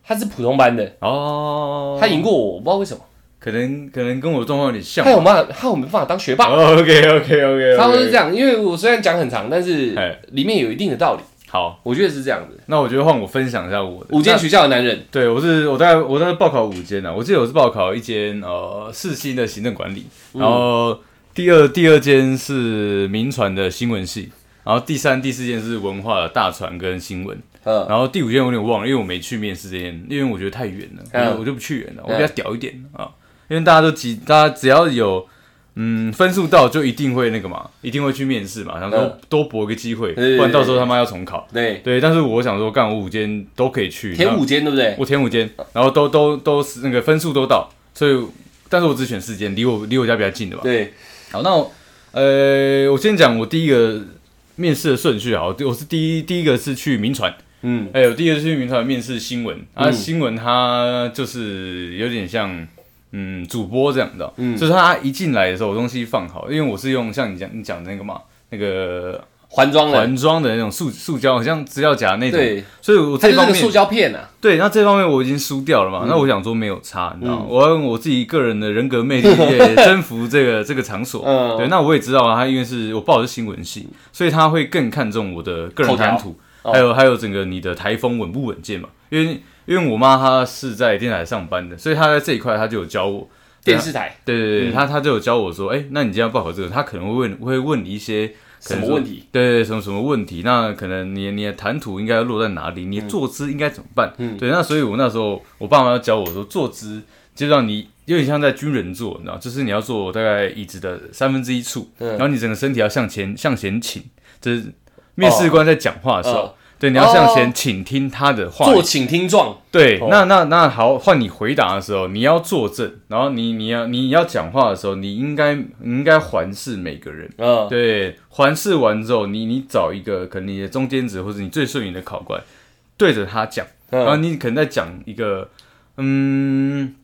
A: 他是普通班的，
B: 哦，
A: 他赢过我，我不知道为什么，
B: 可能可能跟我状况有点像
A: 他有办法，他有没办法当学
B: 哦
A: 霸，
B: ，OK OK OK，
A: 差不多是这样，因为我虽然讲很长，但是
B: 哎
A: 里面有一定的道理，
B: 好，
A: 我觉得是这样子。
B: 那我觉得换我分享一下我的
A: 五间学校的男人，
B: 对，我是我大概我大概报考五间啊，我记得我是报考一间呃世新的行政管理，然
A: 嗯
B: 后第二第二间是民传的新闻系，然后第三第四间是文化的大传跟新闻，
A: 嗯，
B: 然后第五间我有点忘了，因为我没去面试这间，因为我觉得太远了，
A: 嗯
B: 我就我就不去远了，我
A: 嗯
B: 比较屌一点啊，因为大家都急，大家只要有嗯分数到就一定会那个嘛，一定会去面试嘛，想说
A: 嗯
B: 多搏一个机会，不
A: 对对
B: 然到时
A: 对
B: 候
A: 对
B: 他妈要重考。
A: 对，
B: 对，但是我想说，干我五间都可以去，那
A: 填五间对不对？
B: 我填五间，然后都都都是那个分数都到，所以但是我只选四间，离我离我家比较近的吧。
A: 对，
B: 好，那我呃，我先讲我第一个面试的顺序啊，我我是第一第一个是去民传，
A: 嗯，
B: 哎、我第一个是去民传面试新闻，啊，
A: 嗯
B: 新闻它就是有点像。嗯，主播这样的，
A: 嗯
B: 就是他一进来的时候，我东西放好，因为我是用像你讲你讲的那个嘛，那个
A: 环装的，
B: 环装的那种塑塑胶，好像资料夹那种，
A: 对，
B: 所以我
A: 它
B: 这
A: 就是
B: 方
A: 个
B: 面
A: 塑胶片啊，
B: 对，那这方面我已经输掉了嘛，那
A: 嗯
B: 我想说没有差，你知道吗，我要用我自己个人的人格魅力 也征服这个这个场所。
A: 嗯
B: 对，那我也知道啊，他因为是我报的是新闻系，所以他会更看重我的个
A: 口条
B: 人谈吐，
A: 哦
B: 还有还有整个你的台风稳不稳健嘛。因为因为我妈她是在电台上班的，所以她在这一块她就有教我。
A: 电视台
B: 对啊对对，她她就有教我说，哎、那你今天要报考这个，她可能会问会问你一些
A: 什
B: 可能
A: 么
B: 说
A: 问题？
B: 对啊对，什么什么问题？那可能你你的谈吐应该要落在哪里？你的坐姿应该怎么办？
A: 嗯
B: 对，那所以我那时候我爸妈要教我说，坐姿就让你有点像在军人坐，你知道，就是你要坐大概椅子的三分之一处，
A: 嗯
B: 然后你整个身体要向前向前倾，这、是面试官在讲话的时候，
A: 哦
B: 对，你要向前倾听他的话语
A: 坐请听状，
B: 对，
A: 哦
B: 那那那好，换你回答的时候，你要坐正，然后你你要你要讲话的时候，你应该你应该环视每个人。
A: 嗯，
B: 对，环视完之后，你你找一个可能你的中间值或者你最顺眼的考官，对着他讲，
A: 嗯
B: 然后你可能在讲一个嗯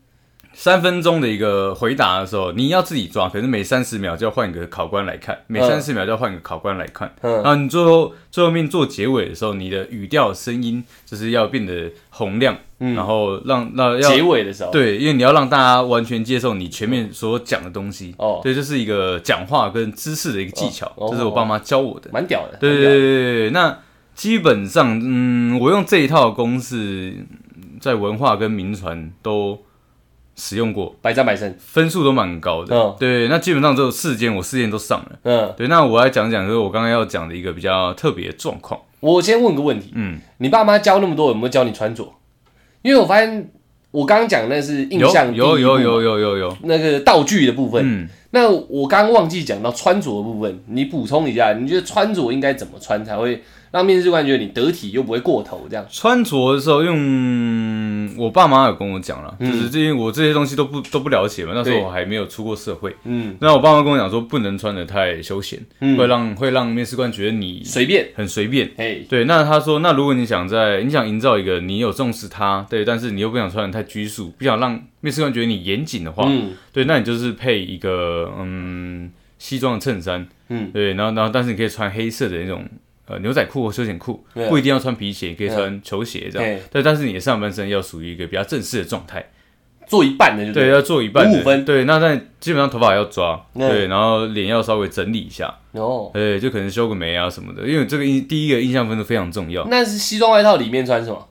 B: 三分钟的一个回答的时候，你要自己抓，可是每三十秒就要换一个考官来看，每
A: 嗯
B: 三十秒就要换一个考官来看，
A: 嗯
B: 然后你最后最后面做结尾的时候，你的语调声音就是要变得洪亮，然后让那要
A: 嗯结尾的时候，，
B: 对，因为你要让大家完全接受你前面所讲的东西。
A: 哦
B: 对，这是一个讲话跟知识的一个技巧，
A: 哦哦哦
B: 这是我爸妈教我的。
A: 蛮屌的，
B: 对
A: 蛮
B: 对
A: 屌的，
B: 对对对，那基本上，嗯，我用这一套公式在文化跟民传都使用过，
A: 百战百胜，
B: 分数都蛮高的。
A: 嗯
B: 对，那基本上只有四件，我四件都上了。
A: 嗯，
B: 对，那我来讲讲，就是我刚刚要讲的一个比较特别的状况。
A: 我先问个问题，
B: 嗯，
A: 你爸妈教那么多，有没有教你穿着？因为我发现我刚刚讲的那是印
B: 有
A: 象第一
B: 有有
A: 步
B: 有有有有，
A: 那个道具的部分，
B: 嗯，
A: 那我刚刚忘记讲到穿着的部分，你补充一下，你觉得穿着应该怎么穿才会让面试官觉得你得体又不会过头？这样，
B: 穿着的时候用，我爸妈有跟我讲了，就是这些我这些东西都不都不了解嘛，那时候
A: 嗯对
B: 我还没有出过社会。
A: 嗯，
B: 那我爸妈跟我讲说，不能穿的太休闲，
A: 嗯
B: 会让会让面试官觉得你
A: 随便，
B: 很随便。
A: 嘿，
B: 对，那他说，那如果你想在你想营造一个你有重视他，对，但是你又不想穿的太拘束，不想让面试官觉得你严谨的话，
A: 嗯
B: 对，那你就是配一个嗯西装的衬衫，
A: 嗯，
B: 对，然后然后但是你可以穿黑色的那种呃牛仔裤或休闲裤，
A: 对
B: 不一定要穿皮鞋，也可以
A: 对
B: 穿球鞋这样
A: 对。
B: 对，但是你的上半身要属于一个比较正式的状态。
A: 做一半的就
B: 对，
A: 了，
B: 要做一半的。
A: 五分
B: 对，那但基本上头发要抓，
A: 嗯
B: 对，然后脸要稍微整理一下，
A: 哦，
B: 对，就可能修个眉啊什么的，因为这个印第一个印象分数非常重要。
A: 那是西装外套里面穿什么？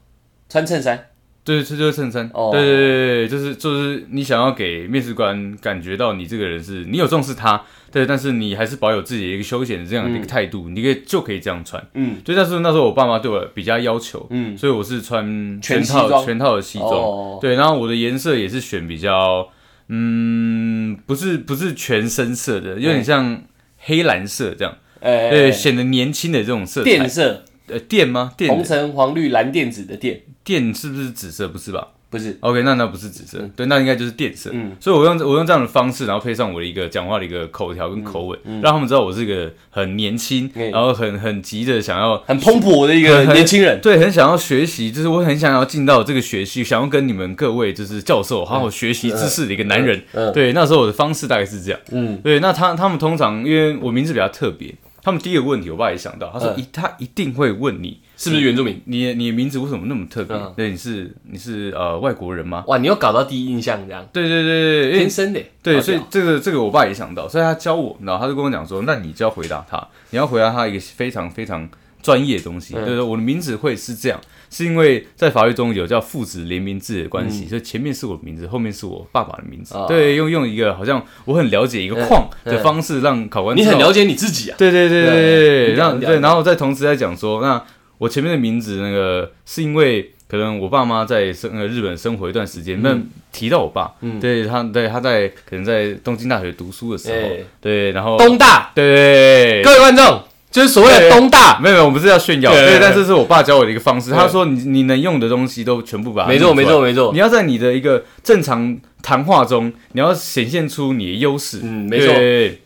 A: 穿衬衫，
B: 对，这就是衬衫。
A: 哦
B: 对对对对，就是就是你想要给面试官感觉到你这个人是你有重视他，对，但是你还是保有自己的一个休闲的这样的一个态度，你可以就可以这样穿。
A: 嗯
B: 就但是那时候我爸妈对我比较要求，
A: 嗯，
B: 所以我是穿
A: 全西
B: 套
A: 装
B: 全套的西装。
A: 哦
B: 对，然后我的颜色也是选比较，嗯，不是不是全深色的，有点像黑蓝色这样，
A: 哎，
B: 对，显得年轻的这种色
A: 电
B: 彩。
A: 色，
B: 呃，电吗？
A: 红
B: 电
A: 橙黄绿蓝靛紫的靛，
B: 电是不是紫色？不是吧
A: 不是，
B: ？OK，那那不是紫色，对，那应该就是电色。
A: 嗯
B: 所以我用我用这样的方式，然后配上我的一个讲话的一个口条跟口吻，让他们知道我是一个很年轻，
A: 嗯
B: 然后很很急着想要
A: 很蓬勃的一个
B: 很很
A: 年轻人。
B: 对，很想要学习，就是我很想要进到这个学系，想要跟你们各位就是教授好好学习知识的一个男人。
A: 嗯嗯嗯
B: 对，那时候我的方式大概是这样。
A: 嗯，
B: 对，那他他们通常因为我名字比较特别，他们第一个问题我爸也想到，他说
A: 嗯
B: 一、他一定会问你
A: 是不是原住民？
B: 你的你的名字为什么那么特别？
A: 嗯
B: 对，你是你是呃外国人吗？
A: 哇，你又搞到第一印象这样，
B: 对对对对，因为
A: 天生的。
B: 对，
A: 好
B: 所以
A: 屌
B: 这个这个我爸也想到，所以他教我，然后他就跟我讲说，那你就要回答他，你要回答他一个非常非常专业的东
A: 嗯
B: 西，就是我的名字会是这样，是因为在法律中有叫父子联名制的关
A: 嗯
B: 系，所以前面是我的名字，后面是我爸爸的名字，
A: 哦
B: 对，用用一个好像我很了解一个框的方式让考官
A: 嗯你很
B: 知道
A: 了解你自己啊。
B: 对对对对对
A: 对
B: 对，让
A: 了解
B: 对，然后再同时再讲说，那我前面的名字那个是因为可能我爸妈在生呃日本生活一段时间，那、
A: 嗯
B: 提到我爸，对他对他在可能在东京大学读书的时候，
A: 哎
B: 对，然后
A: 东大，
B: 对对对
A: 各位观众，就是所谓的
B: 对
A: 东大，
B: 没有，没有，我们不是要炫耀，
A: 对对
B: 对，
A: 对
B: 但这是我爸教我的一个方式。
A: 对
B: 他说你你能用的东西都全部把它
A: 没错
B: 弄出来
A: 没错没错
B: 你要在你的一个正常谈话中，你要显现出你的优势。
A: 嗯没错
B: 对。对对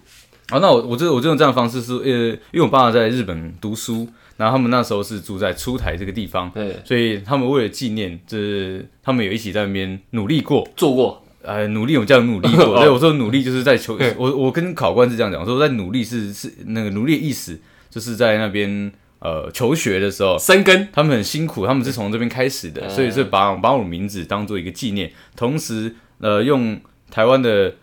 B: 好，那我我就我就用这样的方式是，呃，因为我爸爸在日本读书，然后他们那时候是住在出台这个地方，
A: 对，
B: 所以他们为了纪念，就是他们有一起在那边努力过，
A: 做过。
B: 呃，努力，我叫努力
A: 哦
B: 过。对，我说努力就是在求，我我跟考官是这样讲，我说在努力是是那个努力的意思，就是在那边呃求学的时候，
A: 生根，
B: 他们很辛苦，他们是从这边开始
A: 嗯
B: 的，所以是把把我名字当做一个纪念，同时呃用台湾的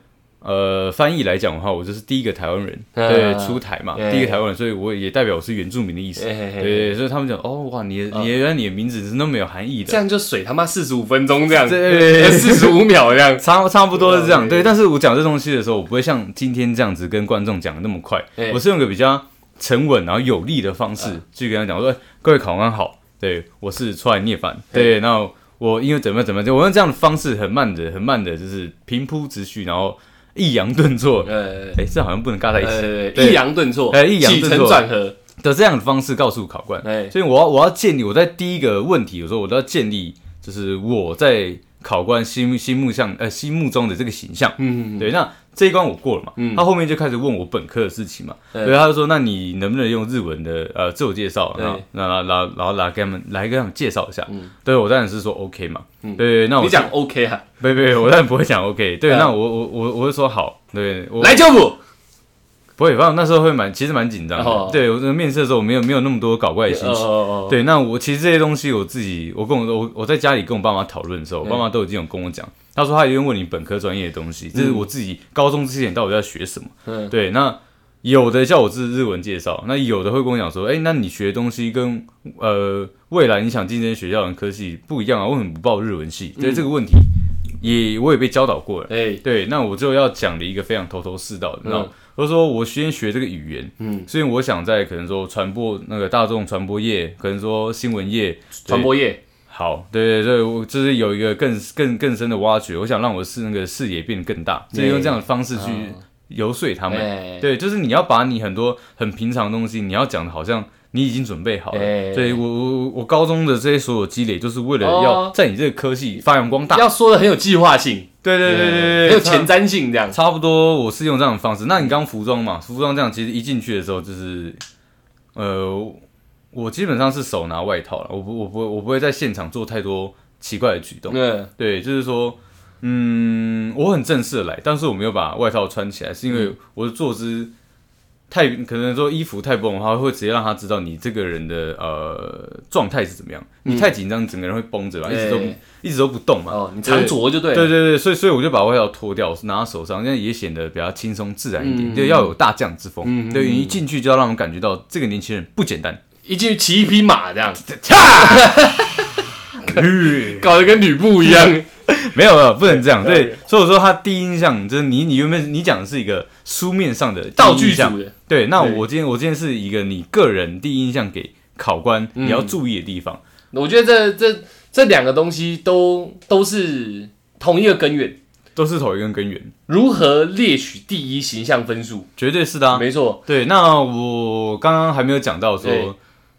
B: 呃翻译来讲的话，我就是第一个台湾人，
A: 嗯
B: 对，出台嘛，
A: 嗯
B: 第一个台湾人，所以我也代表我是原住民的意思。
A: 嘿嘿嘿
B: 对，所以他们讲哦哇，你
A: 嗯
B: 的你的原来你的名字是那么有含义的
A: 这，样就水他妈四十五分钟这样，呃
B: 对
A: 四十五秒这样。
B: 差差不多是这样，
A: 对
B: 对。但是我讲这东西的时候，我不会像今天这样子跟观众讲的那么快
A: 哎，
B: 我是用个比较沉稳然后有力的方式
A: 嗯
B: 去跟他讲说：“哎各位考官好，对我是出来涅槃，对，那我因为怎么样怎么样，我用这样的方式很慢的、很慢的，就是平铺直叙，然后抑扬顿挫。
A: 呃
B: 哎，这好像不能尬在一起。
A: 呃，
B: 对
A: 抑扬顿挫，
B: 哎抑扬顿挫
A: 起承转合，
B: 的这样的方式告诉考官，
A: 哎
B: 所以我要我要建立我在第一个问题，有时候我都要建立，就是我在考官心目心目上呃心目中的这个形象。
A: 嗯，
B: 对，那这一关我过了嘛，他后面就开始问我本科的事情嘛，
A: 对
B: 所以他就说，那你能不能用日文的呃自我介绍，
A: 对嗯
B: 然后然后然后然后来给他们来给他们介绍一下，对我当然是说 OK 嘛，对，那我
A: 你讲 OK 啊？
B: 没没，我当然不会 讲 OK，对，
A: 嗯
B: 那我我我我会说好，对我
A: 来就补，
B: 不会，反正那时候会蛮其实蛮紧张
A: 哦
B: 的，对我面试的时候我没有没有那么多搞怪的心情。
A: 哦，
B: 对，那我其实这些东西我自己，我跟我我我在家里跟我爸妈讨论的时候，我
A: 嗯
B: 爸妈都已经有跟我讲，他说他一定问你本科专业的东西，就是我自己高中之前到底在学什么。
A: 嗯
B: 对，那有的叫我自日文介绍，那有的会跟我讲说，哎、那你学的东西跟呃未来你想进这些学校的科系不一样啊，为什么不报日文系？
A: 嗯
B: 对、这个问题也我也被教导过了。
A: 哎，
B: 对，那我就要讲的一个非常头头是道的，你知道吗？我说我先学这个语言，
A: 嗯，
B: 所以我想在可能说传播那个大众传播业，可能说新闻业
A: 传播业，
B: 好，对对对，我就是有一个更更更深的挖掘，我想让我视那个视野变得更大，所以用这样的方式去
A: 嗯
B: 游说他们。
A: 哎，
B: 对，就是你要把你很多很平常的东西，你要讲的好像你已经准备好了。
A: 哎
B: 所以我我我高中的这些所有积累，就是为了
A: 哦
B: 要在你这个科系发扬光大。
A: 要说的很有计划性，哎
B: 对对对对对，
A: 很有
B: 差
A: 前瞻性这样。
B: 差不多，我是用这样的方式。那你刚刚服装嘛，服装这样，其实一进去的时候就是，呃，我基本上是手拿外套了，我不我不会我不会在现场做太多奇怪的举动。
A: 嗯，
B: 对，就是说，嗯，我很正式的来，但是我没有把外套穿起来，是因为我的坐姿太可能说衣服太不稳的话，会直接让他知道你这个人的呃状态是怎么样。你太紧张，整个人会绷着吧，一直都不
A: 哎
B: 一直都不动嘛。
A: 哦，你常着就对
B: 对
A: 了，
B: 对对，所以所以我就把外套脱掉，拿到手上，这样也显得比较轻松自然一点，
A: 嗯
B: 对，要有大将之风。
A: 嗯
B: 对，你一进去就要让我们感觉到这个年轻人不简单。
A: 一进去骑一匹马这样，搞得跟吕布一样。
B: 没有没有，不能这样。对，所以我说他第一印象就是你，你原本你讲的是一个书面上的第一
A: 道具
B: 印象
A: 组的
B: 对，那
A: 对
B: 我今天我今天是一个你个人第一印象给考官你要注意的地方。
A: 我觉得这这这两个东西都都是同一个根源，
B: 都是头一根根源，
A: 如何猎取第一形象分数？
B: 绝对是的、啊。
A: 没错，
B: 对，那我刚刚还没有讲到
A: 对
B: 说，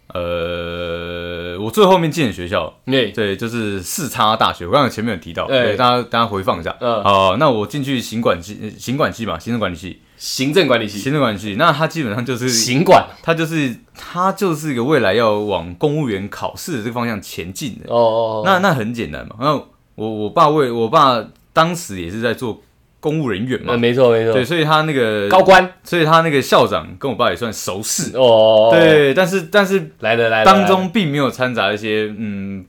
B: 呃，我最后面进的学校，
A: 对，
B: 对，就是四叉大学。我刚刚前面有提到，
A: 对
B: 对，大家大家回放一下。
A: 嗯
B: 好，那我进去行管系，呃行管系嘛，行政管理系，
A: 行政管理系，
B: 行政管理系，那它基本上就是，
A: 行管
B: 它就是它就是一个未来要往公务员考试的这个方向前进的。
A: 哦哦，
B: 那那很简单嘛，那我我爸为我爸当时也是在做公务人员
A: 呃
B: 嘛，
A: 没错没错
B: 对，，所以他那个
A: 高官
B: 所以他那个校长跟我爸也算熟识，
A: 哦，，
B: 对，但是但是
A: 来了来了，
B: 当中并没有掺杂一些嗯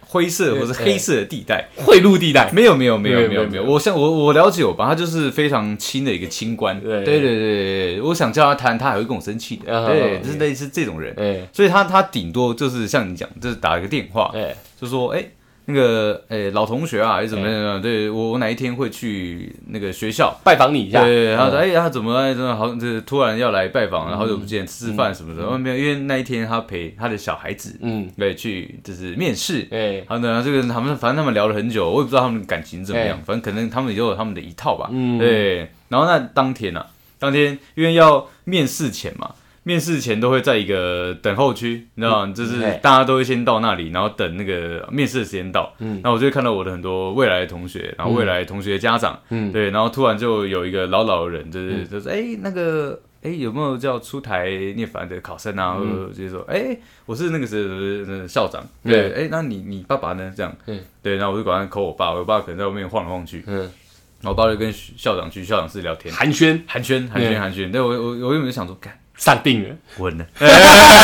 B: 灰色或是黑色的地带，
A: 来了贿赂地带，
B: 没有没有没
A: 没有
B: 有没有
A: 没
B: 没
A: 有
B: 有，我像我我了解我爸，他就是非常亲的一个清官，
A: 对
B: 对对对对对，我想叫他谈，他还会跟我生气
A: 啊
B: 的，对，
A: 啊
B: 就是类似这种人，
A: 哎
B: 所以他他顶多就是像你讲，就是打一个电话，
A: 哎
B: 就说哎。那个诶、老同学啊，还是怎么样怎么样？对我，我哪一天会去那个学校，
A: 拜访你一下，
B: 对，然后
A: 嗯
B: 说哎，他怎么哎真的好，这突然要来拜访，然后好久不见，吃饭什么的。哦，没有，因为那一天他陪他的小孩子，
A: 嗯，
B: 对，去就是面试。
A: 哎
B: 然后呢，这个他们反正他们聊了很久，我也不知道他们感情怎么样
A: 哎，
B: 反正可能他们也有他们的一套吧。
A: 嗯
B: 对。然后那当天啊，当天因为要面试前嘛，面试前都会在一个等候区，你知道吗？就是
A: 哎
B: 大家都会先到那里，然后等那个面试的时间到。
A: 嗯
B: 嗯。那我就会看到我的很多未来的同学，然后未来的同学的家长，
A: 嗯
B: 对，然后突然就有一个老老的人，就是就是哎、那个哎、有没有叫出台念凡的考生啊？或
A: 嗯
B: 者就是说哎、我是那个是是校长，对，
A: 对
B: 哎、那你你爸爸呢？这样，
A: 嗯
B: 对，然后我就赶快 call 我爸，我爸可能在外面晃来晃去，
A: 嗯，
B: 然后我爸就跟校长去校长室聊天，
A: 寒暄
B: 寒暄寒
A: 对
B: 暄寒暄，对我我我原本就想说，干
A: 上定了，
B: 稳了，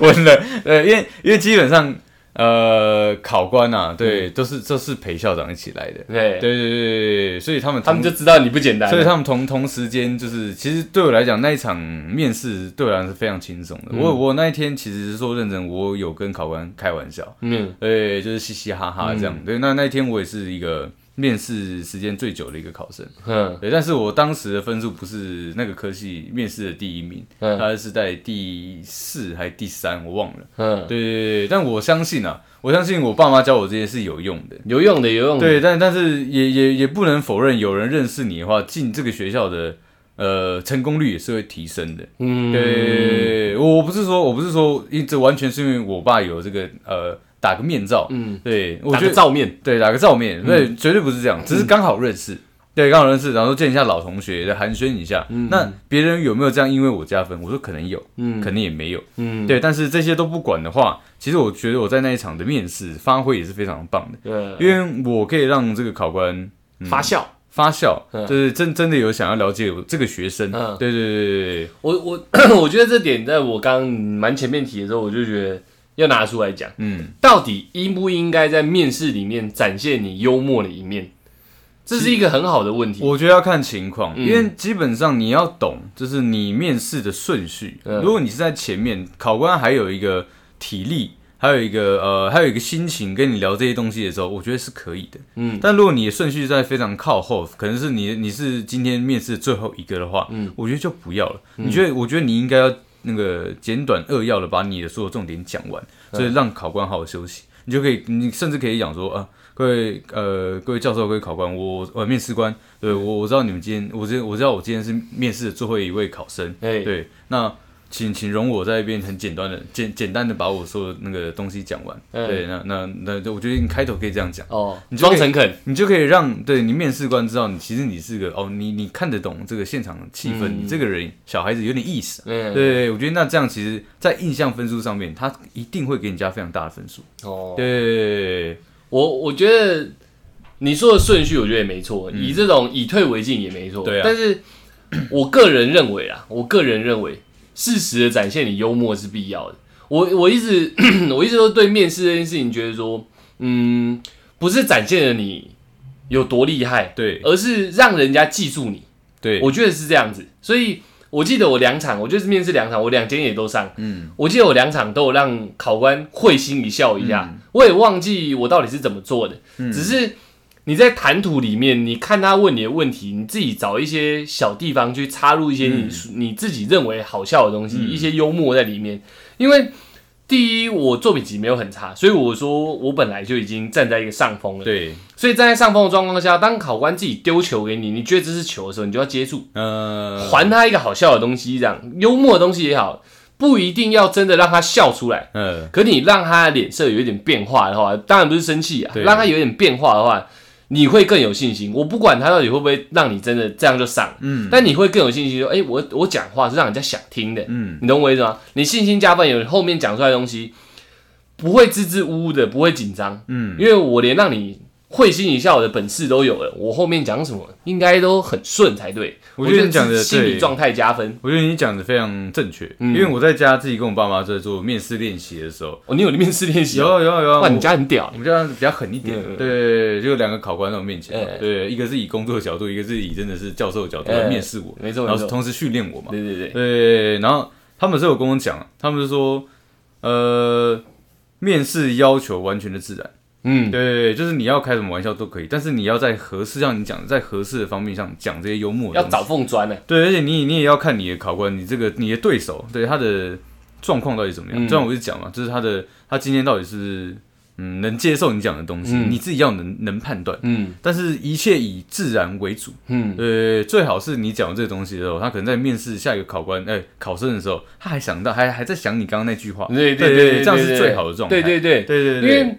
B: 稳了，呃，因为因为基本上呃考官啊，
A: 嗯
B: 对，都是都是陪校长一起来的。
A: 对
B: 对，对对对对，所以他们
A: 哎他们就知道你不简单，
B: 所以他们同同时间就是，其实对我来讲那一场面试对我来讲是非常轻松的。
A: 嗯
B: 我我那一天其实说认真，我有跟考官开玩笑，
A: 嗯
B: 对，就是嘻嘻哈哈这样。对，那那一天我也是一个面试时间最久的一个考生，
A: 嗯
B: 对，但是我当时的分数不是那个科系面试的第一名，
A: 嗯
B: 他是在第四还是第三，我忘了。
A: 嗯，
B: 对对对，对但我相信啊，我相信我爸妈教我这些是有用的。
A: 有用的有用的，
B: 对，但但是也也也不能否认，有人认识你的话，进这个学校的呃成功率也是会提升的。
A: 嗯，
B: 对，我不是说我不是说，因这完全是因为我爸有这个呃打个面罩，
A: 嗯，
B: 对我
A: 打
B: 觉
A: 个
B: 得
A: 照嗯面，
B: 对打个照面，对，绝对不是这样，只是刚好认识。对，刚好认识，然后见一下老同学，再寒暄一下。那别人有没有这样因为我加分？我说可能有，
A: 嗯
B: 可能也没有。
A: 嗯，
B: 对，但是这些都不管的话，其实我觉得我在那一场的面试发挥也是非常棒的。
A: 对，
B: 因为我可以让这个考官
A: 发酵。
B: 发笑，
A: 嗯
B: 就是真真的有想要了解我这个学生，
A: 嗯
B: 对对对对对，
A: 我我 我觉得这点在我刚蛮前面提的时候，我就觉得要拿出来讲，
B: 嗯，
A: 到底应不应该在面试里面展现你幽默的一面，这是一个很好的问题。
B: 我觉得要看情况，
A: 嗯
B: 因为基本上你要懂，就是你面试的顺序。
A: 嗯
B: 如果你是在前面，考官还有一个体力，还有一个呃，还有一个心情跟你聊这些东西的时候，我觉得是可以的。
A: 嗯，
B: 但如果你的顺序在非常靠后，可能是你你是今天面试最后一个的话，
A: 嗯
B: 嗯，我觉得就不要了。你觉得？我觉得你应该要那个简短扼要的把你的所有重点讲完，
A: 嗯
B: 所以让考官好好休息。你就可以，你甚至可以讲说啊，各位呃，各位教授、各位考官，我我面试官，对我我知道你们今天，我知我知道我今天是面试的最后一位考生，
A: 哎
B: 对，那请请容我在一边很简单的简简单的把我说的那个东西讲完，
A: 哎
B: 对，那那那我觉得你开头可以这样讲。
A: 哦，
B: 你就
A: 装
B: 可以
A: 诚恳，
B: 你就可以让对你面试官知道你其实你是个哦，你你看得懂这个现场的气氛，
A: 嗯
B: 你这个人小孩子有点意思、啊。
A: 嗯，，
B: 对，我觉得那这样其实，在印象分数上面，他一定会给你加非常大的分数。
A: 哦，
B: 对，
A: 我我觉得你说的顺序，我觉得也没错，以这种以退为进也没错。
B: 嗯对啊
A: 但 是我个人认为啊，我个人认为，适时的展现你幽默是必要的。我我一直 我一直都对面试这件事情觉得说，嗯，不是展现了你有多厉害，
B: 对，
A: 而是让人家记住你。
B: 对，
A: 呃我觉得是这样子，所以我记得我两场，我就是面试两场，我两间也都上。嗯，我记得我两场都有让考官会心一笑一
B: 嗯
A: 下。我也忘记我到底是怎么做的，只是你在谈吐里面，你看他问你的问题，你自己找一些小地方去插入一些
B: 嗯
A: 你、你自己认为好笑的东西，一些幽默在里面。因为第一，我作品集没有很差，所以我说我本来就已经站在一个上风了。
B: 对，
A: 所以站在上风的状况下，当考官自己丢球给你，你觉得这是球的时候，你就要接住。
B: 呃，
A: 还他一个好笑的东西，这样幽默的东西也好，不一定要真的让他笑出来。
B: 呃，
A: 可你让他的脸色有一点变化的话，当然不是生气啊，
B: 对
A: 让他有点变化的话，你会更有信心。我不管他到底会不会让你真的这样就上，嗯，但你会更有信心说，哎、我我讲话是让人家想听的，
B: 嗯，
A: 你懂我意思吗？你信心加分，有后面讲出来的东西不会支支吾吾的，不会紧张，
B: 嗯，
A: 因为我连让你会心一笑的本事都有了，我后面讲什么应该都很顺才对。
B: 我觉得你讲的
A: 是心理
B: 对
A: 状态加分。
B: 我觉得你讲的非常正确，
A: 嗯
B: 因为我在家自己跟我爸妈在做面试练习的时候，
A: 哦，你有面试练习
B: 有
A: 哦？
B: 啊有啊有啊，
A: 哇，你
B: 我
A: 家很屌
B: 我。们家比较狠一点
A: 嗯嗯，
B: 对，就两个考官在我面前嘛
A: 嗯，
B: 对，一个是以工作的角度，一个是以真的是教授的角度来
A: 嗯
B: 面试我，
A: 没错
B: 然
A: 没
B: 后
A: 错
B: 同时训练我嘛，
A: 对对对，
B: 对，然后他们是有跟我讲，他们是说，呃，面试要求完全的自然，
A: 嗯，
B: 对，就是你要开什么玩笑都可以，但是你要在合适，像你讲的，在合适的方面上讲这些幽默的
A: 要
B: 东西
A: 找缝钻呢。
B: 对，而且你你也要看你的考官，你这个你的对手对他的状况到底怎么样。
A: 嗯
B: 就像我一直讲嘛，就是他的他今天到底是嗯能接受你讲的东西，
A: 嗯
B: 你自己要能能判断。
A: 嗯
B: 但是，一切以自然为主。
A: 嗯，
B: 呃，最好是你讲这个东西的时候，他可能在面试下一个考官，哎、考生的时候，他还想到，还还在想你刚刚那句话。
A: 对
B: 对
A: 对
B: 这样是最好的状态。
A: 对对对，
B: 对对
A: 因为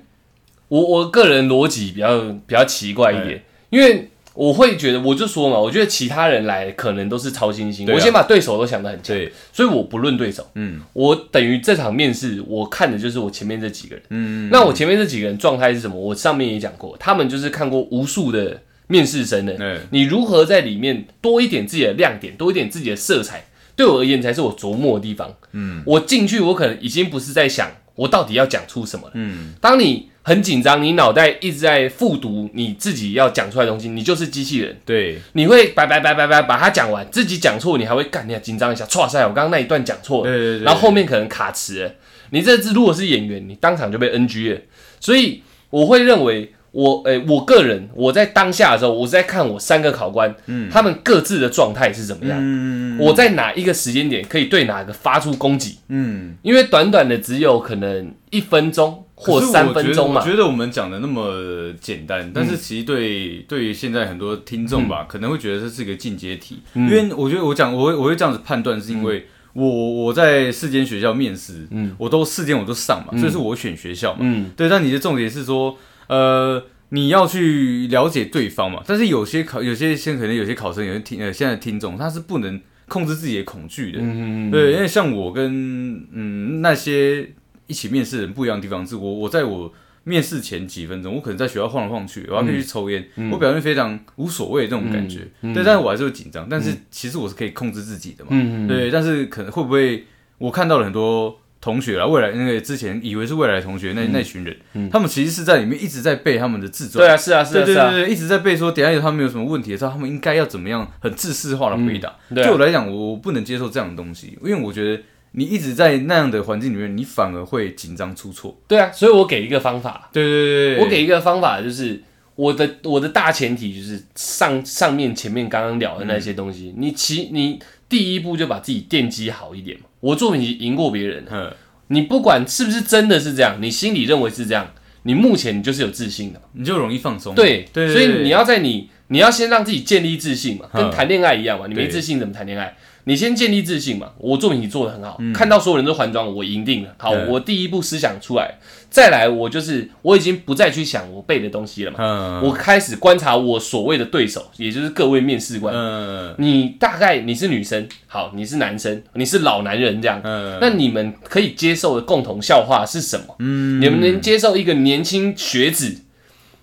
A: 我我个人逻辑比较比较奇怪一
B: 哎
A: 点，因为我会觉得，我就说嘛，我觉得其他人来可能都是超新星，
B: 对啊
A: 我先把对手都想得很强，
B: 对，
A: 所以我不论对手，
B: 嗯
A: 我等于这场面试我看的就是我前面这几个人。
B: 嗯，
A: 那我前面这几个人状态是什么？我上面也讲过，他们就是看过无数的面试生的，
B: 对
A: 你如何在里面多一点自己的亮点，多一点自己的色彩，对我而言才是我琢磨的地方。嗯，我进去，我可能已经不是在想我到底要讲出什么了。
B: 嗯，
A: 当你很紧张，你脑袋一直在复读你自己要讲出来的东西，你就是机器人。
B: 对
A: 你会白白白白白把它讲完，自己讲错，你还会干，你要紧张一下。唰塞，我刚刚那一段讲错了，
B: 对对对
A: 然后后面可能卡词了。你这次如果是演员，你当场就被 NG 了。所以我会认为我，诶、我个人我在当下的时候，我是在看我三个考官，他们各自的状态是怎么样，
B: 嗯
A: 我在哪一个时间点可以对哪个发出攻击，
B: 嗯，
A: 因为短短的只有可能一分钟或
B: 可是我
A: 三分钟嘛嗯
B: 觉得。我觉得我们讲的那么简单，但是其实对、对于现在很多听众吧，可能会觉得这是一个进阶题，
A: 嗯
B: 因为我觉得我讲我会我会这样子判断，是因为。我我在四间学校面试，嗯，我都四间我都上嘛，所以是我选学校嘛，
A: 嗯，
B: 对。但你的重点是说，呃，你要去了解对方嘛。但是有些考，有些现可能有些考生，有些听呃现在的听众，他是不能控制自己的恐惧的，
A: 嗯，
B: 对，因为像我跟嗯那些一起面试的人不一样的地方是我，我在我面试前几分钟，我可能在学校晃来晃去，我还
A: 嗯
B: 可以去抽烟，我表现非常无所谓这种感觉，对，但是我还是会紧张，但是其实我是可以控制自己的嘛，
A: 嗯
B: 对，但是可能会不会我看到了很多。同学啊，未来那个之前以为是未来同学那、
A: 嗯
B: 那群人，他们其实是在里面一直在背他们的自传，
A: 对啊，是啊，是
B: 对
A: 啊，
B: 对
A: 是啊，
B: 对对，一直在背说，等一下他们有什么问题的时候，他们应该要怎么样很自式化的回答。
A: 嗯对啊
B: 对我来讲，我我不能接受这样的东西，因为我觉得你一直在那样的环境里面，你反而会紧张出错。
A: 对啊，所以我给一个方法，
B: 对对对对，
A: 我给一个方法，就是我的我的大前提就是上上面前面刚刚聊的那些东西，你其你第一步就把自己奠基好一点嘛。我作品集赢过别人，
B: 嗯
A: 你不管是不是真的是这样，你心里认为是这样，你目前你就是有自信的嘛。
B: 你就容易放松。
A: 对，
B: 对，对
A: 所
B: 对
A: 以你要在你你要先让自己建立自信嘛，跟
B: 嗯
A: 谈恋爱一样嘛，你没
B: 对
A: 自信怎么谈恋爱？你先建立自信嘛。我作品集做的很好，看到所有人都还妆，我赢定了。好，
B: 嗯
A: 我第一步思想出来，再来我就是我已经不再去想我背的东西了嘛。
B: 嗯
A: 我开始观察我所谓的对手，也就是各位面试官。
B: 嗯
A: 你大概你是女生，好，你是男生，你是老男人这样，
B: 嗯
A: 那你们可以接受的共同笑话是什么？
B: 嗯
A: 你们能接受一个年轻学子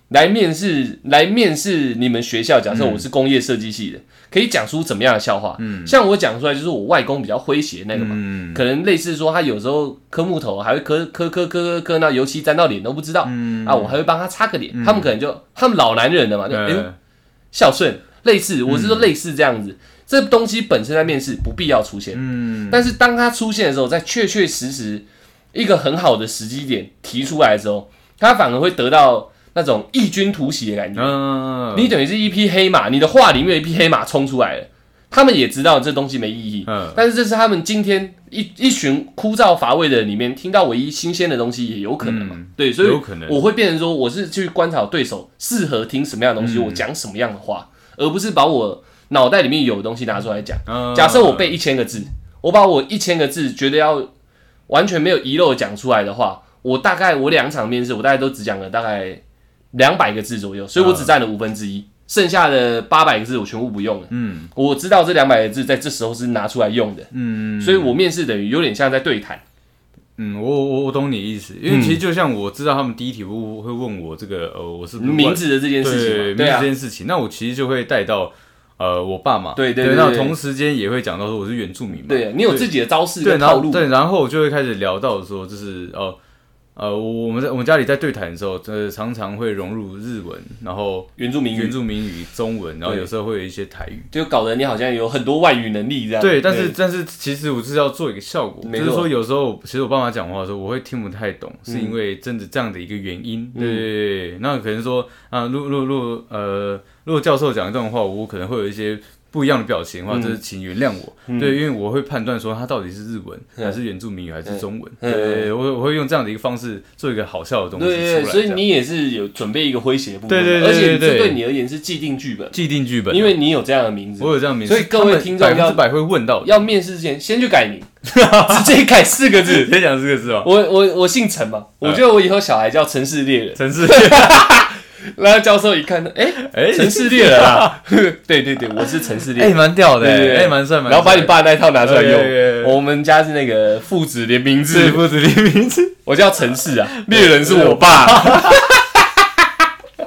A: 来面试来面试你们学校？假
B: 嗯
A: 设我是工业设计系的，可以讲出怎么样的笑话？像我讲出来就是我外公比较诙谐那个嘛，
B: 嗯
A: 可能类似说他有时候磕木头还会磕磕磕磕磕磕到油漆沾到脸都不知道，啊，我还会帮他擦个脸，他们可能就他们老男人了嘛，就哎呦
B: 嗯嗯
A: 孝顺，类似，我是说类似这样子。这东西本身在面试不必要出现，
B: 嗯，
A: 但是当它出现的时候，在确确实实一个很好的时机点提出来的时候，它反而会得到那种异军突起的感觉。
B: 嗯，
A: 你等于是一匹黑马，你的话里面有一匹黑马冲出来了，他们也知道这东西没意义，
B: 嗯
A: 但是这是他们今天一一群枯燥乏味的人里面听到唯一新鲜的东西，也有可能嘛？
B: 嗯
A: 对，所以
B: 有可能
A: 我会变成说，我是去观察对手适合听什么样的东
B: 嗯
A: 西，我讲什么样的话，而不是把我脑袋里面有的东西拿出来讲。
B: 嗯
A: 假设我背一千个字，我把我一千个字觉得要完全没有遗漏地讲出来的话，我大概我两场面试，我大概都只讲了大概两百个字左右，所以我只占了五分之一，剩下的八百个字我全部不用了。
B: 嗯
A: 我知道这两百个字在这时候是拿出来用的，
B: 嗯，
A: 所以我面试等于有点像在对谈。
B: 嗯，我我我懂你意思，因为其实就像我知道他们第一题会会问我这个呃，我是不是
A: 名字的这件
B: 对
A: 事情
B: 名
A: 嘛，
B: 字
A: 对
B: 这
A: 啊，
B: 件事情，那我其实就会带到呃我爸嘛，
A: 对对对
B: 对那
A: 对
B: 同时间也会讲到说我是原住民嘛，
A: 对你有自己的招式
B: 对，
A: 跟
B: 然
A: 套
B: 后
A: 路，
B: 对，然后我就会开始聊到说，就是呃呃，我我们在我们家里在对谈的时候，呃，常常会融入日文，然后
A: 原住民
B: 原
A: 语
B: 住民语、中文，然后
A: 对
B: 有时候会有一些台语。
A: 就搞得你好像有很多外语能力这样。
B: 对，但是但是其实我是要做一个效果，
A: 没
B: 就是
A: 错嗯
B: 说有时候其实我爸妈讲话的时候，我会听不太懂，是因为真的这样的一个原因。对对对对，那可能说啊，陆陆陆呃，陆教授讲这种话，我可能会有一些。不一样的表
A: 嗯
B: 情的话，就是请原谅我，对，因为我会判断说他到底是日文、还是原住民语还是中文，
A: 嗯
B: 对对，对我会我会用这样的一个方式做一个好笑的东西出来
A: 对
B: 这
A: 对，
B: 样。
A: 所以你也是有准备一个诙谐的部分，
B: 对对对
A: 而且
B: 对
A: 这
B: 对
A: 对你而言是既定剧本，
B: 既定剧本，啊
A: 因为你有这样的名字
B: 我，有这样的名字，
A: 所以各位听众
B: 百分
A: 要
B: 之百会问到的，
A: 要面试之前先去改名， 直接改四个字。
B: 先讲这个字哦，
A: 我我我姓陈嘛，
B: 嗯
A: 我觉得我以后小孩叫陈氏猎人。
B: 陈世，
A: 然后教授一看，哎，
B: 哎，
A: 陈氏猎人啊， 对对对，我是陈氏猎
B: 哎、
A: 人。
B: 蛮屌的、
A: 对对对
B: 欸，哎，蛮帅，蛮帅。
A: 然后把你爸那一套拿出来
B: 对对对对
A: 用。我们家是那个父子联名
B: 是
A: 制，
B: 不止你名字，
A: 我叫陈氏啊，猎人是我爸，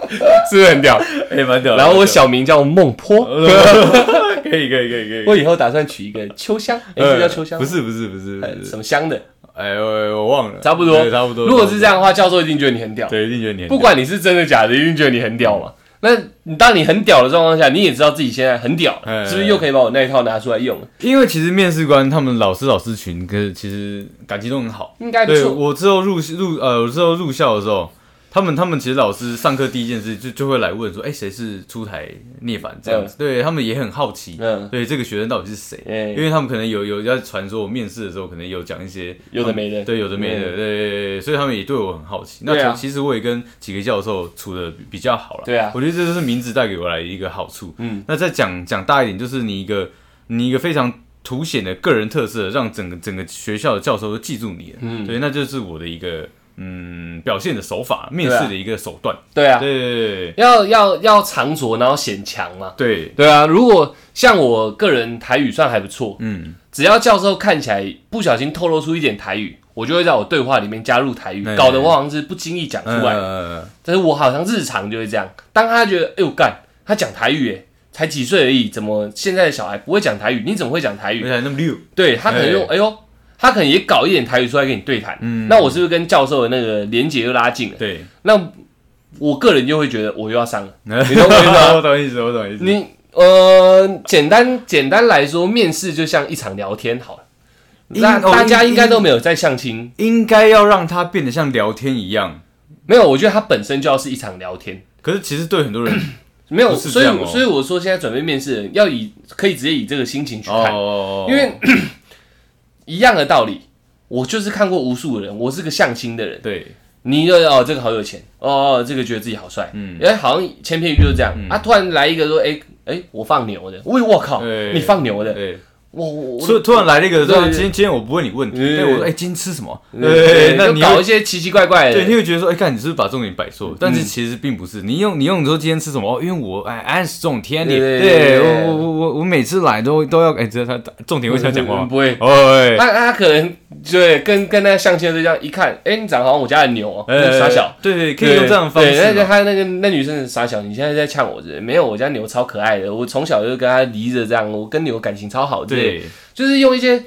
A: 是不是很 屌？
B: 哎、蛮屌的。
A: 然后我小名叫孟坡，
B: 可以，可以，可以，可以。
A: 我以后打算取一个秋香，哎，是叫秋香
B: 呃不
A: 吗，
B: 是，不是，不是，不
A: 呃
B: 是。
A: 什么香的，
B: 哎、我我忘了，
A: 差不多
B: 对，差不多。
A: 如果是这样的话，教授一定觉得你很屌
B: 差不多，，对，一定觉得你很
A: 不管你是真的假的，一定觉得你很屌嘛。那你当你很屌的状况下，你也知道自己现在很屌了，
B: 哎
A: 是不是又可以把我那一套拿出来用了？
B: 因为其实面试官他们老师老师群跟其实感情都很好。
A: 应该不
B: 对
A: 错。
B: 我之后入入呃，我之后入校的时候，他们他们其实老师上课第一件事就就会来问说，哎、谁是出台涅槃这样子？对他们也很好奇，
A: 嗯，
B: 对这个学生到底是谁？
A: 哎
B: 因为他们可能有有在传说，我面试的时候可能有讲一些
A: 有的没的，嗯
B: 对，有的没的，对对对，所以他们也对我很好奇。
A: 对啊
B: 那其实我也跟几个教授处的比较好了，
A: 对啊
B: 我觉得这就是名字带给我来一个好处。
A: 嗯，
B: 那再讲讲大一点，就是你一个你一个非常凸显的个人特色，让整个整个学校的教授都记住你了。
A: 嗯
B: 对，那就是我的一个嗯表现的手法，面
A: 对啊
B: 试的一个手段。
A: 对啊，
B: 对对
A: 要要要长着，然后显强嘛。
B: 对，
A: 对啊，如果像我个人台语算还不错，
B: 嗯，
A: 只要教授看起来不小心透露出一点台语，我就会在我对话里面加入台语，
B: 哎
A: 搞得我好像是不经意讲出来。
B: 呃
A: 但是我好像日常就会这样。当他觉得，哎呦干，他讲台语诶，才几岁而已，怎么现在的小孩不会讲台语？你怎么会讲台
B: 而
A: 语？
B: 且还那么溜，
A: 对他可能用，哎呦，他可能也搞一点台语出来跟你对谈。那我是不是跟教授的那个连结又拉近了？
B: 嗯对，
A: 那我个人就会觉得我又要伤了。
B: 你
A: 懂我意思吗
B: 我懂意思，我懂意思。
A: 你呃，简单简单来说，面试就像一场聊天好了。
B: 应
A: 那
B: 哦
A: 大家
B: 应
A: 应该都没有在相亲，
B: 应该要让它变得像聊天一样，
A: 没有，我觉得它本身就要是一场聊天。
B: 可是其实对很 多人
A: 没有，
B: 不是
A: 所
B: 这
A: 以
B: 样哦
A: 所以我说现在准备面试的人要以可以直接以这个心情去看，
B: 哦，
A: 因为 一样的道理，我就是看过无数的人，我是个相亲的人，
B: 对，
A: 你就哦这个好有钱，哦哦这个觉得自己好帅，嗯，哎好像千篇一律就是这样，
B: 嗯
A: 啊突然来一个说哎哎我放牛的，喂我靠，
B: 对
A: 你放牛的，
B: 对，
A: 我我
B: 所以突然来了一个
A: 对
B: 说，
A: 对
B: 今天今天我不问你问题，
A: 对
B: 对我说，哎，今天吃什么？
A: 对，
B: 对， 那
A: 就
B: 你
A: 搞一
B: 会
A: 些奇奇怪怪
B: 对，
A: 的，
B: 你会觉得说，哎，看你是不是把重点摆
A: 嗯
B: 错？但是其实并不是，你用你用你说今天吃什么？哦，因为我哎按时重点，
A: 对
B: 你
A: 对对
B: 对
A: 对
B: 我我我我每次来都都要哎，这他重点会想讲话
A: 嗯
B: 吗？
A: 不会。
B: 哦，哎
A: 他他可能对跟跟那个相亲的对象一看，哎、你长得好像我家的牛哦、
B: 哎
A: 傻小，
B: 对对，可以用这样的方
A: 对，那
B: 式
A: 个
B: 嘛。
A: 他那个那女生很傻小，你现在在呛我是不是没有，我家牛超可爱的，我从小就跟它离着这样，我跟牛感情超好，，
B: 对，
A: 就是用一些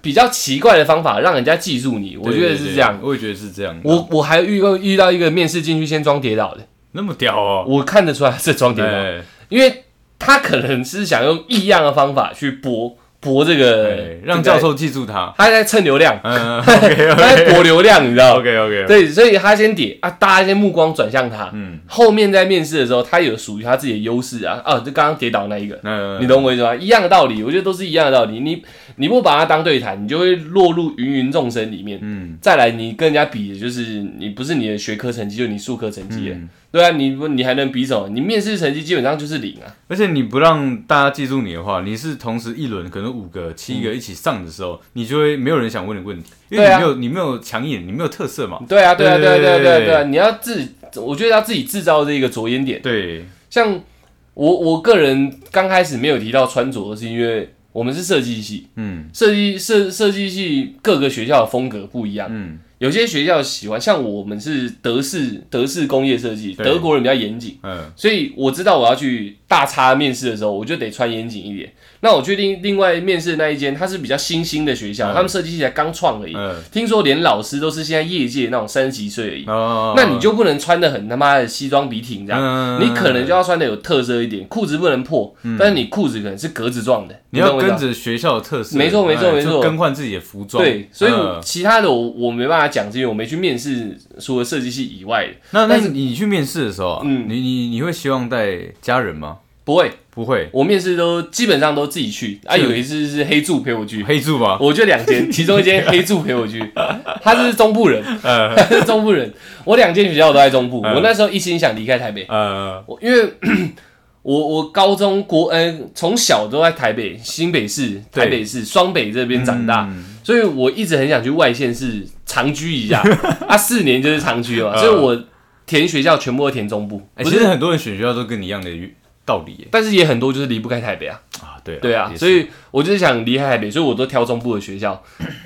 A: 比较奇怪的方法让人家记住你，我觉得
B: 对
A: 是这样。，
B: 对对我也觉得是这样。
A: 我我还遇过遇到一个面试进去先装跌倒的，
B: 那么屌
A: 啊
B: 哦，哎
A: 我看得出来他是装跌倒，
B: 对，
A: 因为他可能是想用异样的方法去博博这个
B: 对，，哎让教授记住他。
A: 他在蹭流量，
B: 嗯
A: 他在博
B: ，OK
A: 流量，你知道吗？
B: OK OK，
A: 对，所以他先点啊，大家先目光转向他，
B: 嗯，
A: 后面在面试的时候，他有属于他自己的优势啊，啊，就刚刚跌倒那一个，
B: 那
A: 你懂我意思吗？一样的道理，我觉得都是一样的道理。你你不把它当对谈，你就会落入芸芸众生里面。
B: 嗯
A: 再来，你跟人家比，就是你不是你的学科成绩，就是你术科成绩了，
B: 嗯，
A: 对啊，你不你还能比什么？你面试成绩基本上就是零啊，
B: 而且你不让大家记住你的话，你是同时一轮可能五个、七个一起上的时候，你就会没有人想问你问题，因为
A: 对
B: 你
A: 啊
B: 没有你没有强硬，你没有特色嘛。
A: 对啊，对啊，对啊，对啊，对啊，
B: 对
A: 对啊，你要自己，我觉得要自己制造这个着眼点。
B: 对，
A: 像我我个人刚开始没有提到穿着，是因为我们是设计系，
B: 嗯
A: 设计设设计系各个学校的风格不一样，
B: 嗯
A: 有些学校喜欢，像我们是德式德式工业设计，
B: 对
A: 德国人比较严谨，
B: 嗯
A: 所以我知道我要去大差面试的时候，我就得穿严谨一点。那我确定另外面试的那一间，它是比较新兴的学校，
B: 嗯
A: 他们设计系才刚创而已，
B: 嗯，
A: 听说连老师都是现在业界那种三十几岁而已，
B: 哦，
A: 那你就不能穿的很他妈的西装笔挺这样。
B: 嗯
A: 你可能就要穿的有特色一点，裤子不能破，但是你裤子可能是格子状的，
B: 你要
A: 懂我意思
B: 跟
A: 吧
B: 着学校的特色，
A: 没错没错
B: 哎
A: 没错
B: 就更换自己的服装。
A: 对，所以我
B: 嗯
A: 其他的我我没办法讲，是因为我没去面试，除了设计系以外的，
B: 那那
A: 但是
B: 你你去面试的时候啊，
A: 嗯
B: 你你你会希望带家人吗？
A: 不会，
B: 不会，
A: 我面试都基本上都自己去啊。
B: 是
A: 有一次是黑柱陪我去，
B: 黑住吧？
A: 我就两间，其中一间黑柱陪我去，他是中部人，
B: 呃
A: 他是中部人，我两间学校都在中部，
B: 嗯
A: 我那时候一心想离开台北，
B: 呃，
A: 我因为我我高中国嗯从小都在台北新北市、
B: 对
A: 台北市、双北这边长大，
B: 嗯
A: 所以我一直很想去外县市长居 一下啊，四年就是长居了嘛，
B: 嗯
A: 所以我填学校全部都填中部，
B: 哎
A: 不
B: 其实
A: 是，
B: 很多人选学校都跟你一样的道理耶。
A: 但是也很多就是离不开台北啊，
B: 啊，对
A: 对啊
B: 也，是
A: 所以我就是想离开台北，所以我都挑中部的学校，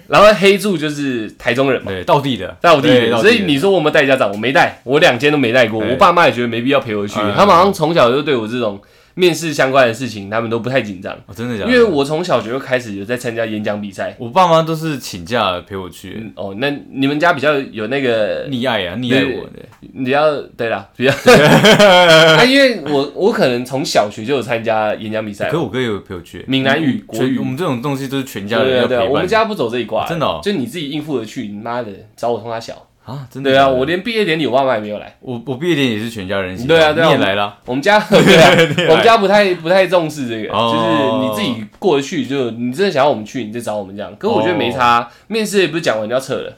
A: 然后黑柱就是台中人嘛。
B: 对道地的，
A: 在我弟
B: 对
A: 弟，
B: 道
A: 所
B: 地
A: 以
B: 的
A: 你说我有没有带家长？我没带，我两间都没带过。
B: 对
A: 我爸妈也觉得没必要陪我去，
B: 嗯
A: 他们好像从小就对我这种面试相关的事情，他们都不太紧张。
B: 哦真的假
A: 因
B: 的？
A: 为我从小就开始有在参加演讲比赛。
B: 我爸妈都是请假陪我去，
A: 嗯哦，那你们家比较有那个，
B: 溺爱啊，溺爱我的。
A: 你比较对 啦，比较啊，因为我我可能从小学就有参加演讲比赛
B: 可是，我哥也有陪我去，嗯
A: 闽南语、国
B: 全
A: 语
B: 我，们这种东西都是全
A: 对
B: 家人
A: 对
B: 要
A: 对，啊
B: 陪伴。
A: 我们家不走这一挂，
B: 真的哦
A: 就你自己应付得去，你妈的找我通他小。
B: 啊，真的
A: 对啊，
B: 假的
A: 我连毕业典礼我爸妈也没有来。
B: 我我毕业典礼也是全家人一起，
A: 对啊对啊我
B: 你也
A: 们
B: 来了，
A: 我们 家对啊，
B: 来
A: 我们家不太不太重视这个，
B: 哦
A: 就是你自己过得去，就你真的想要我们去，你再找我们这样。可我觉得没差，面试也不是讲完就要撤了，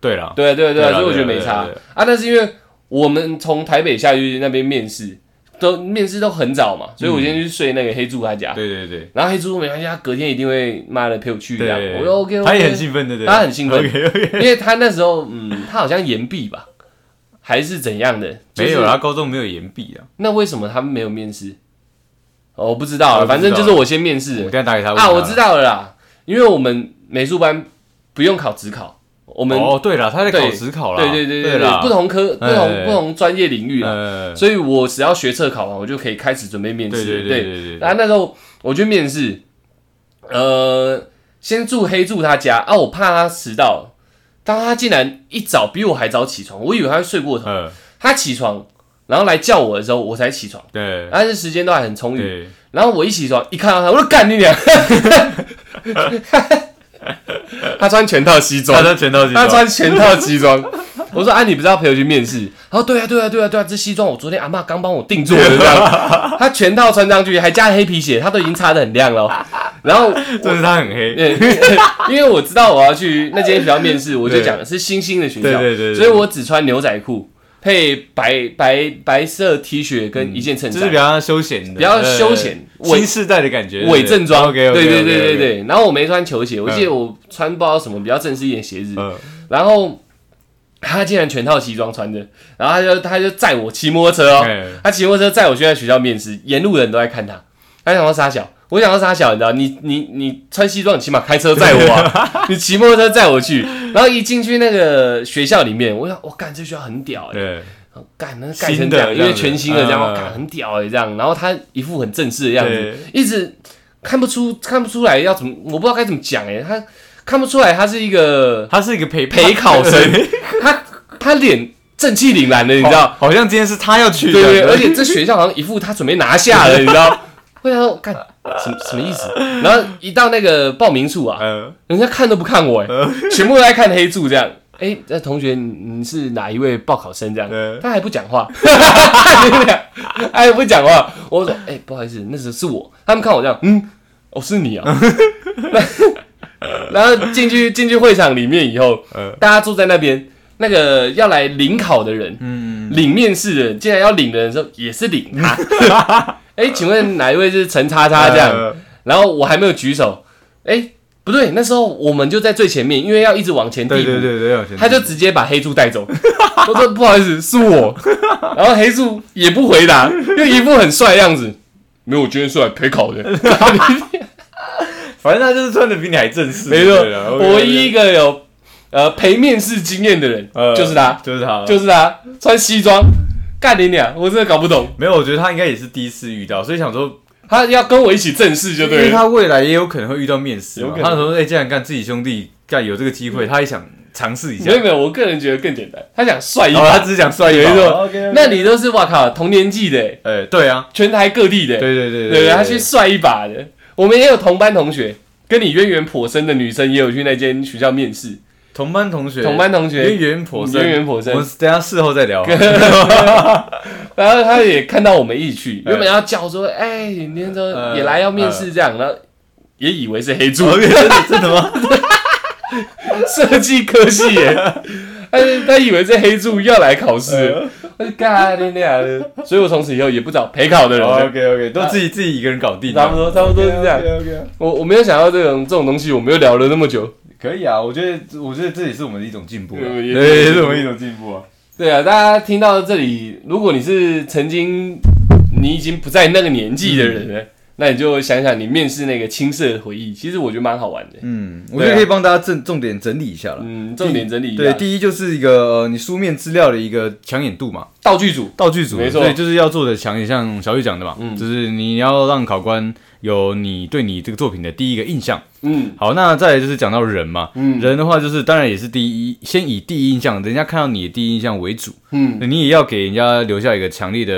B: 对了，
A: 对啊对啊对
B: 哦对
A: 啊，
B: 啊
A: 所以我觉得
B: 对啊
A: 没差
B: 对啊对
A: 啊。但是因为我们从台北下去那边面试，都面试都很早嘛，
B: 嗯
A: 所以我今天去睡那个黑柱他家，
B: 对对对
A: 然后黑柱说没关系，他隔天一定会妈的陪我去这样。
B: 对，
A: 啊我说 OK，
B: 他也很兴奋，对对，
A: 他很兴 奋
B: OK OK，
A: 因为他那时候嗯，他好像延毕吧，还是怎样的？就是
B: 没有啦，高中没有延毕啊，
A: 那为什么他们没有面试？哦，我不知道
B: 我
A: 啊，
B: 也不知
A: 反
B: 道
A: 正就是我先面
B: 我
A: 试
B: 等一下打给他问
A: 啊，
B: 他
A: 我知道了啦，因为我们美术班不用考职考，我们、
B: 哦，对了，他在考
A: 对
B: 职考啦，
A: 对对对
B: 对
A: 对
B: 啦
A: 对，不同科、不
B: 哎
A: 同不同专业领域啦，
B: 呃，
A: 所以我只要学测考完，我就可以开始准备面
B: 对
A: 试。
B: 对对对对，
A: 然后啊那时候我去面试，呃，先住黑住他家啊，我怕他迟到，但他竟然一早比我还早起床，我以为他会睡过头，
B: 呃，
A: 他起床然后来叫我的时候，我才起床。
B: 对
A: 但是时间都还很充裕。
B: 对，
A: 然后我一起床，一看到他，我说干你 娘！ 他穿全套西
B: 他
A: 装，
B: 的全套西
A: 他
B: 装，
A: 穿全套西装。我说啊，你不是要陪我去面试？他说对啊，对啊，对啊，对啊，这西装我昨天阿妈刚帮我定做的，这 样。他全套穿上去，还加黑皮鞋，他都已经擦的很亮了哦。然后
B: 就是他很黑，
A: 对，因为我知道我要去那间学校面试，我就讲是新兴的学校，
B: 对对对对
A: 所以我只穿牛仔裤配白白白色 T 恤跟一件衬
B: 就
A: 衫，
B: 嗯是比较休闲的，
A: 比较休闲
B: 呃新世代的感觉，
A: 伪正装，
B: OK，
A: 对对对对，对。然后我没穿球鞋，我记得我穿不知道什么比较正式一点鞋子，
B: 嗯，
A: 然后他竟然全套西装穿着，然后他就他就载我骑摩托车哦，
B: 哎
A: 他骑摩托车载我去在学校面试，沿路人都在看他，他想要傻小。我想要傻小，你知道，你你你穿西装，你起码开车载我、 啊，你骑摩托车载我去。然后一进去那个学校里面，我想，我干，这学校很屌哎、
B: 对，
A: 干那盖成
B: 新
A: 这
B: 的
A: 样，因
B: 这
A: 为
B: 样子
A: 全新的这样，
B: 嗯
A: 我干很屌哎、这样。然后他一副很正式的样子
B: 对，
A: 一直看不出看不出来要怎么，我不知道该怎么讲哎、他看不出来他是一个
B: 他是一个陪
A: 陪考生
B: 对
A: 他他脸正气凛然的，你知道？
B: 好像今天是他要去
A: 哦对
B: 的，
A: 对，对而且这学校好像一副他准备拿下了，你知道？我想说，干什么什么意思？然后一到那个报名处啊，
B: 嗯，
A: 人家看都不看我、欸， 全部都在看黑柱这样。哎、那同学，你你是哪一位报考生？这样，
B: 嗯
A: 他还不讲话， 看你俩还不讲话。我说，哎、不好意思，那时候是我。他们看我这样，嗯，哦，是你啊。 然后进去进去会场里面以后，
B: 嗯
A: 大家坐在那边，那个要来领考的人，嗯，领面试的人，竟然要领的人的时候也是领他。哎、请问哪一位是陈叉啊叉这样？
B: 呃
A: 然后我还没有举手，哎、不对，那时候我们就在最前面，因为要一直往前递
B: 对
A: 补。
B: 对对对，要有钱
A: 他就直接把黑柱带走，我说不好意思，是我。 然后黑柱也不回答，又一副很帅的样子。没有，我今天是来陪 考的。
B: 反正他就是穿的比你还正式，
A: 没错
B: 对啦，，OK，OK
A: 唯一一个有呃陪面试经验的人
B: 呃
A: 就是他，
B: 就是他，
A: 就是他，穿西装，干你俩，我真的搞不懂。
B: 没有，我觉得他应该也是第一次遇到，所以想说，
A: 他要跟我一起正式就
B: 因为
A: 对了。
B: 他未来也有可能会遇到面试
A: 有
B: 嘛
A: 可，能
B: 他说，哎，既然干自己兄弟干有这个机会，他也想尝试一下
A: 没，有没有，我个人觉得更简单，他想帅一
B: 然后哦他
A: 把。
B: 只是想帅一
A: 没错
B: 把，
A: 那你都是哇靠，同年纪的欸，
B: 哎，对啊，
A: 全台各地的欸，
B: 对对对
A: 对他去帅一把的。我们也有同班同学，跟你渊源颇深的女生也有去那间学校面试。
B: 同班同学，
A: 同班同学
B: 渊源颇深，
A: 渊源颇深
B: 我们等一下事后再聊。
A: 然后他也看到我们一起去，
B: 哎
A: 原本要叫说，哎、你那时候
B: 呃
A: 也来要面试这样，然后也以为是黑柱、
B: 真的真 的吗？
A: 设计科系 耶，他他以为是黑柱要来考
B: 哎
A: 试，我就干你俩的，所以我从此以后也不找陪考的人了。
B: OK，都自己自己一个人搞定，
A: 差不多，差不多是这样。
B: 样。
A: 我我没有想到这种这种东西，我们又聊了那么久。
B: 可以啊，我觉得我觉得这也是我们的一种进步啊，
A: 对也
B: 对，
A: 是
B: 也是我们一种进步啊。
A: 对啊，大家听到这里，如果你是曾经你已经不在那个年纪的人了，
B: 嗯
A: 那你就想想你面试那个青涩的回忆，其实我觉得蛮好玩的。
B: 嗯，我觉得可以帮大家正重点整理一下了。
A: 嗯，重点整啊理一下。
B: 对，第一就是一个呃你书面资料的一个抢眼度嘛，
A: 道具组，
B: 道具组，
A: 没错嗯
B: 对，就是要做的强点，像小玉讲的嘛，就是你要让考官有你对你这个作品的第一个印象。
A: 嗯
B: 好，那再来就是讲到人嘛，
A: 嗯
B: 人的话就是当然也是第一，先以第一印象，人家看到你的第一印象为主，
A: 嗯，
B: 你也要给人家留下一个强烈的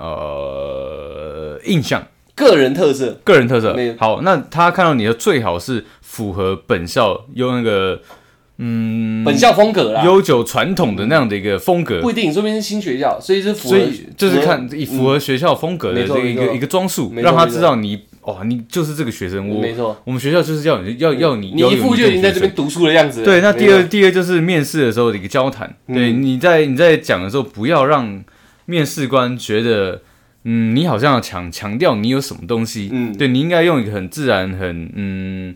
B: 呃印象，
A: 个人特色，
B: 个人特色
A: 没有。
B: 好，那他看到你的最好是符合本校用那个嗯
A: 本校风格啦，
B: 悠久传统的那样的一个风格
A: 不，一定，说明是新学校，所以是符合嗯
B: 所以就是看以符合学校风格的
A: 没
B: 这
A: 错
B: 个一
A: 没
B: 个
A: 错
B: 一个装束，
A: 没错
B: 让他
A: 没错
B: 知道你哦，你就是这个学生，我
A: 没错，嗯
B: 我们学校就是要你要要你
A: 你
B: 要
A: 一
B: 有
A: 副就
B: 种
A: 已经在
B: 学
A: 这
B: 生
A: 边读书的样子了。
B: 对，那第二
A: 没错嗯
B: 第二就是面试的时候的一个交谈。对，你在你在讲的时候，不要让面试官觉得，嗯，你好像要强强调你有什么东西。
A: 嗯
B: 对你应该用一个很自然、很嗯，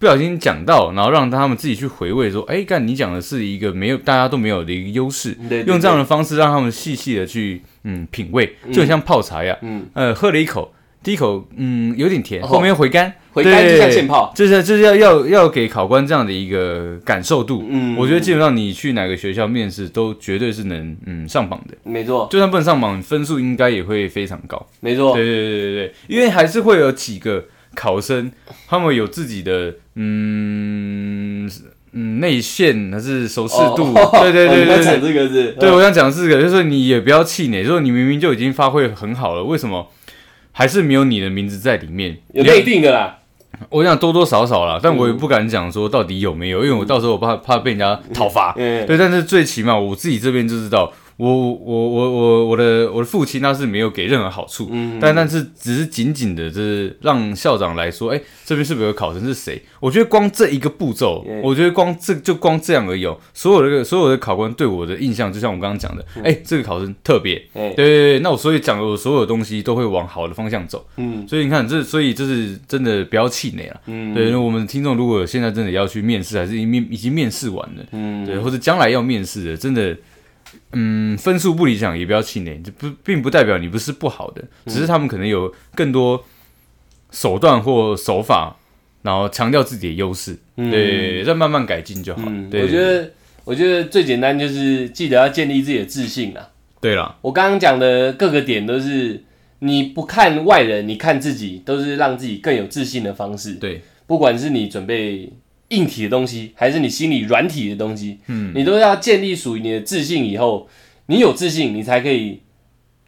B: 不小心讲到，然后让他们自己去回味，说，哎，干，你讲的是一个没有大家都没有的一个优势。
A: 对对
B: 用这样的方式让他们细细的去嗯品味，就很像泡茶呀。
A: 嗯，
B: 呃，喝了一口，第一口嗯有点甜，
A: 哦
B: 后面回甘，
A: 回甘就像
B: 对
A: 现泡，
B: 就是就是要要要给考官这样的一个感受度。
A: 嗯
B: 我觉得基本上你去哪个学校面试都绝对是能嗯上榜的，
A: 没错，
B: 就算不能上榜，分数应该也会非常高。
A: 没错，
B: 对对对对对，因为还是会有几个考生，他们有自己的嗯嗯内线还是熟视度，
A: 哦
B: 对对对
A: 哦
B: 对
A: 你在讲。这
B: 对
A: 个哦字，
B: 对，我想讲这个，就是你也不要气馁，就是你明明就已经发挥很好了，为什么还是没有你的名字在里面？
A: 有
B: 你要
A: 内嗯定的啦。
B: 我想多多少少啦，但我也不敢讲说到底有没有，因为我到时候我怕怕被人家讨伐。
A: 嗯，
B: 对，但是最起码我自己这边就知道，我我我我我的我的父亲他是没有给任何好处，
A: 嗯
B: 但但是只是仅仅的，就是让校长来说，哎、这边是不是有考生是谁？我觉得光这一个步骤，
A: 嗯
B: 我觉得光这就光这样而已、哦。所有的所有的考官对我的印象，就像我刚刚讲的，
A: 嗯
B: 哎、这个考生特别，
A: 哎
B: 对，对对，那我所以讲的我所有东西都会往好的方向走。
A: 嗯
B: 所以你看，这所以就是真的不要气馁啊。
A: 嗯
B: 对，因为我们听众如果现在真的要去面试，还是已经面已经面试完了，
A: 嗯，
B: 对，或者将来要面试的，真的，嗯，分数不理想也不要气馁，这不并不代表你不是不好的，
A: 嗯
B: 只是他们可能有更多手段或手法，然后强调自己的优势，
A: 嗯
B: 对，再慢慢改进就好。
A: 嗯，
B: 对，
A: 我觉得，我觉得最简单就是记得要建立自己的自信啊。
B: 对啦，
A: 我刚刚讲的各个点都是，你不看外人，你看自己，都是让自己更有自信的方式。
B: 对，
A: 不管是你准备硬体的东西，还是你心里软体的东西，嗯，你都要建立属于你的自信。以后你有自信，你才可以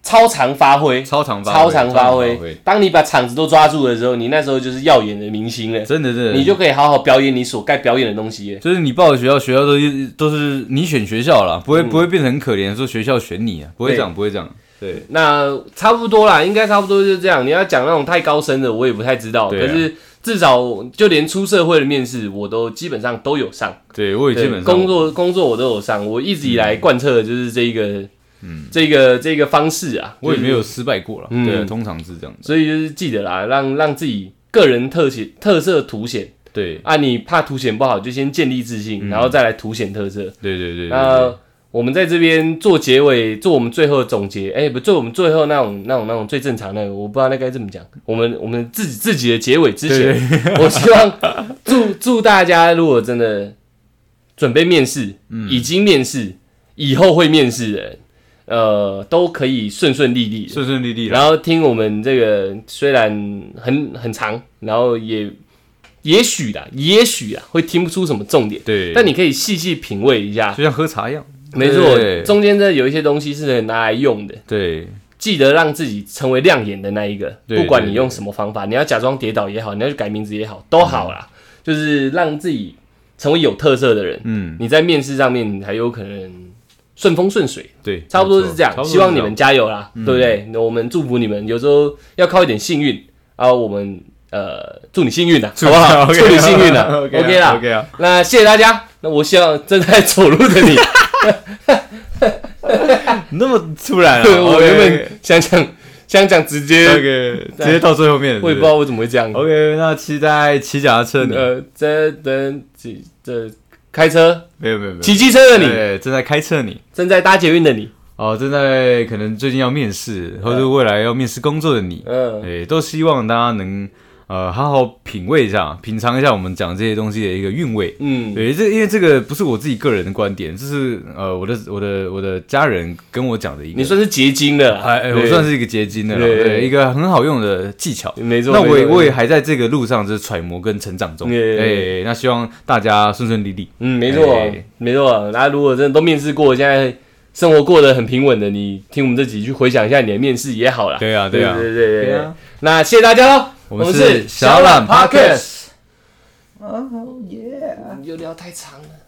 A: 超常发挥，
B: 超常发挥
A: 超常发
B: 超常发
A: 挥
B: 挥。
A: 当你把场子都抓住的时候，你那时候就是耀眼的明星了，
B: 真的真的，
A: 你就可以好好表演你所该表演的东西了。
B: 就是你报的学校，学校都是都是你选学校啦，不
A: 嗯
B: 会、不会变得很可怜，说学校选你啊，不会这样，不会这样，对，
A: 那差不多啦，应该差不多就是这样。你要讲那种太高深的，我也不太知道。
B: 对啊
A: 可是至少就连出社会的面试，我都基本上都有上。
B: 对我也基
A: 对
B: 本上
A: 工作工作我都有上，我一直以来贯彻的就是这一个，嗯，这个这个方式啊，
B: 我也没有失败过了，
A: 嗯
B: 对，啊通常是这样子，
A: 所以就是记得啦，让让自己个人特显特色凸显
B: 对
A: 啊，你怕凸显不好，就先建立自
B: 嗯
A: 信，然后再来凸显特色。
B: 对对对对对
A: 那我们在这边做结尾，做我们最后的总结，哎、不做我们最后那种那种那种最正常那个，我不知道那该怎么讲。我们我们自己自己的结尾之前， 我希望祝祝大家，如果真的准备面试，
B: 嗯
A: 已经面试，以后会面试的人，呃，都可以顺顺利利的。
B: 顺顺利利啦，
A: 然后听我们这个虽然很很长，然后也也许啦，也许啊会听不出什么重点，
B: 对，
A: 但你可以细细品味一下。
B: 就像喝茶一样，
A: 没错
B: 对，
A: 中间这有一些东西是拿来用的，
B: 对
A: 记得让自己成为亮眼的那一个，
B: 对
A: 不管你用什么方法，你要假装跌倒也好，你要去改名字也好，都好啦，就是让自己成为有特色的人，
B: 嗯
A: 你在面试上面你才有可能顺风顺水，
B: 对，
A: 差不多是这
B: 差不
A: 样。
B: 多
A: 希望你们加油啦，
B: 嗯
A: 对不对？那我们祝福你们，有时候要靠一点幸运啊，我们呃祝你幸运啊，好不 好？祝你幸运啊，OK 啦。
B: ，OK 啊，
A: 那谢谢大家，那我希望正在走路的你。
B: 那么突然 啊
A: 对，我
B: OK，
A: 原本想讲想讲直接，
B: OK 直接到最后面，
A: 我也不知道我怎么会这样。
B: OK，那期待骑脚踏哦车的你，
A: 呃，这等几这开车、
B: 没有没有没有，
A: 骑机车的你，
B: 对，正在开车的你。
A: 正在搭捷运的你，
B: 哦，正在可能最近要面试，或者未来要面试工作的你，
A: 嗯，
B: 对，都希望大家能呃好好品味一下，品尝一下我们讲这些东西的一个韵味。
A: 嗯，
B: 对，这因为这个不是我自己个人的观点，这是呃我的我的我的家人跟我讲的一个，
A: 你算是结晶了啦，
B: 哎哎，我
A: 对
B: 算是一个结晶的啦，
A: 对
B: 对，一个很好用的技巧。
A: 没嗯错。
B: 那我也
A: 没错
B: 我也，还在这个路上就是揣摩跟成长中，
A: 对
B: 哎，那希望大家顺顺利利。
A: 嗯，没错
B: 哎，
A: 没错。大家如果真的都面试过，现在生活过得很平稳的，你听我们这几句，回想一下你的面试也好啦。
B: 对啊，
A: 对
B: 啊，
A: 对对
B: 对
A: 对
B: 啊。。
A: 那谢谢大家喽，
B: 我们是小懒
A: Podcast
B: Podcast。
A: 有聊太长了。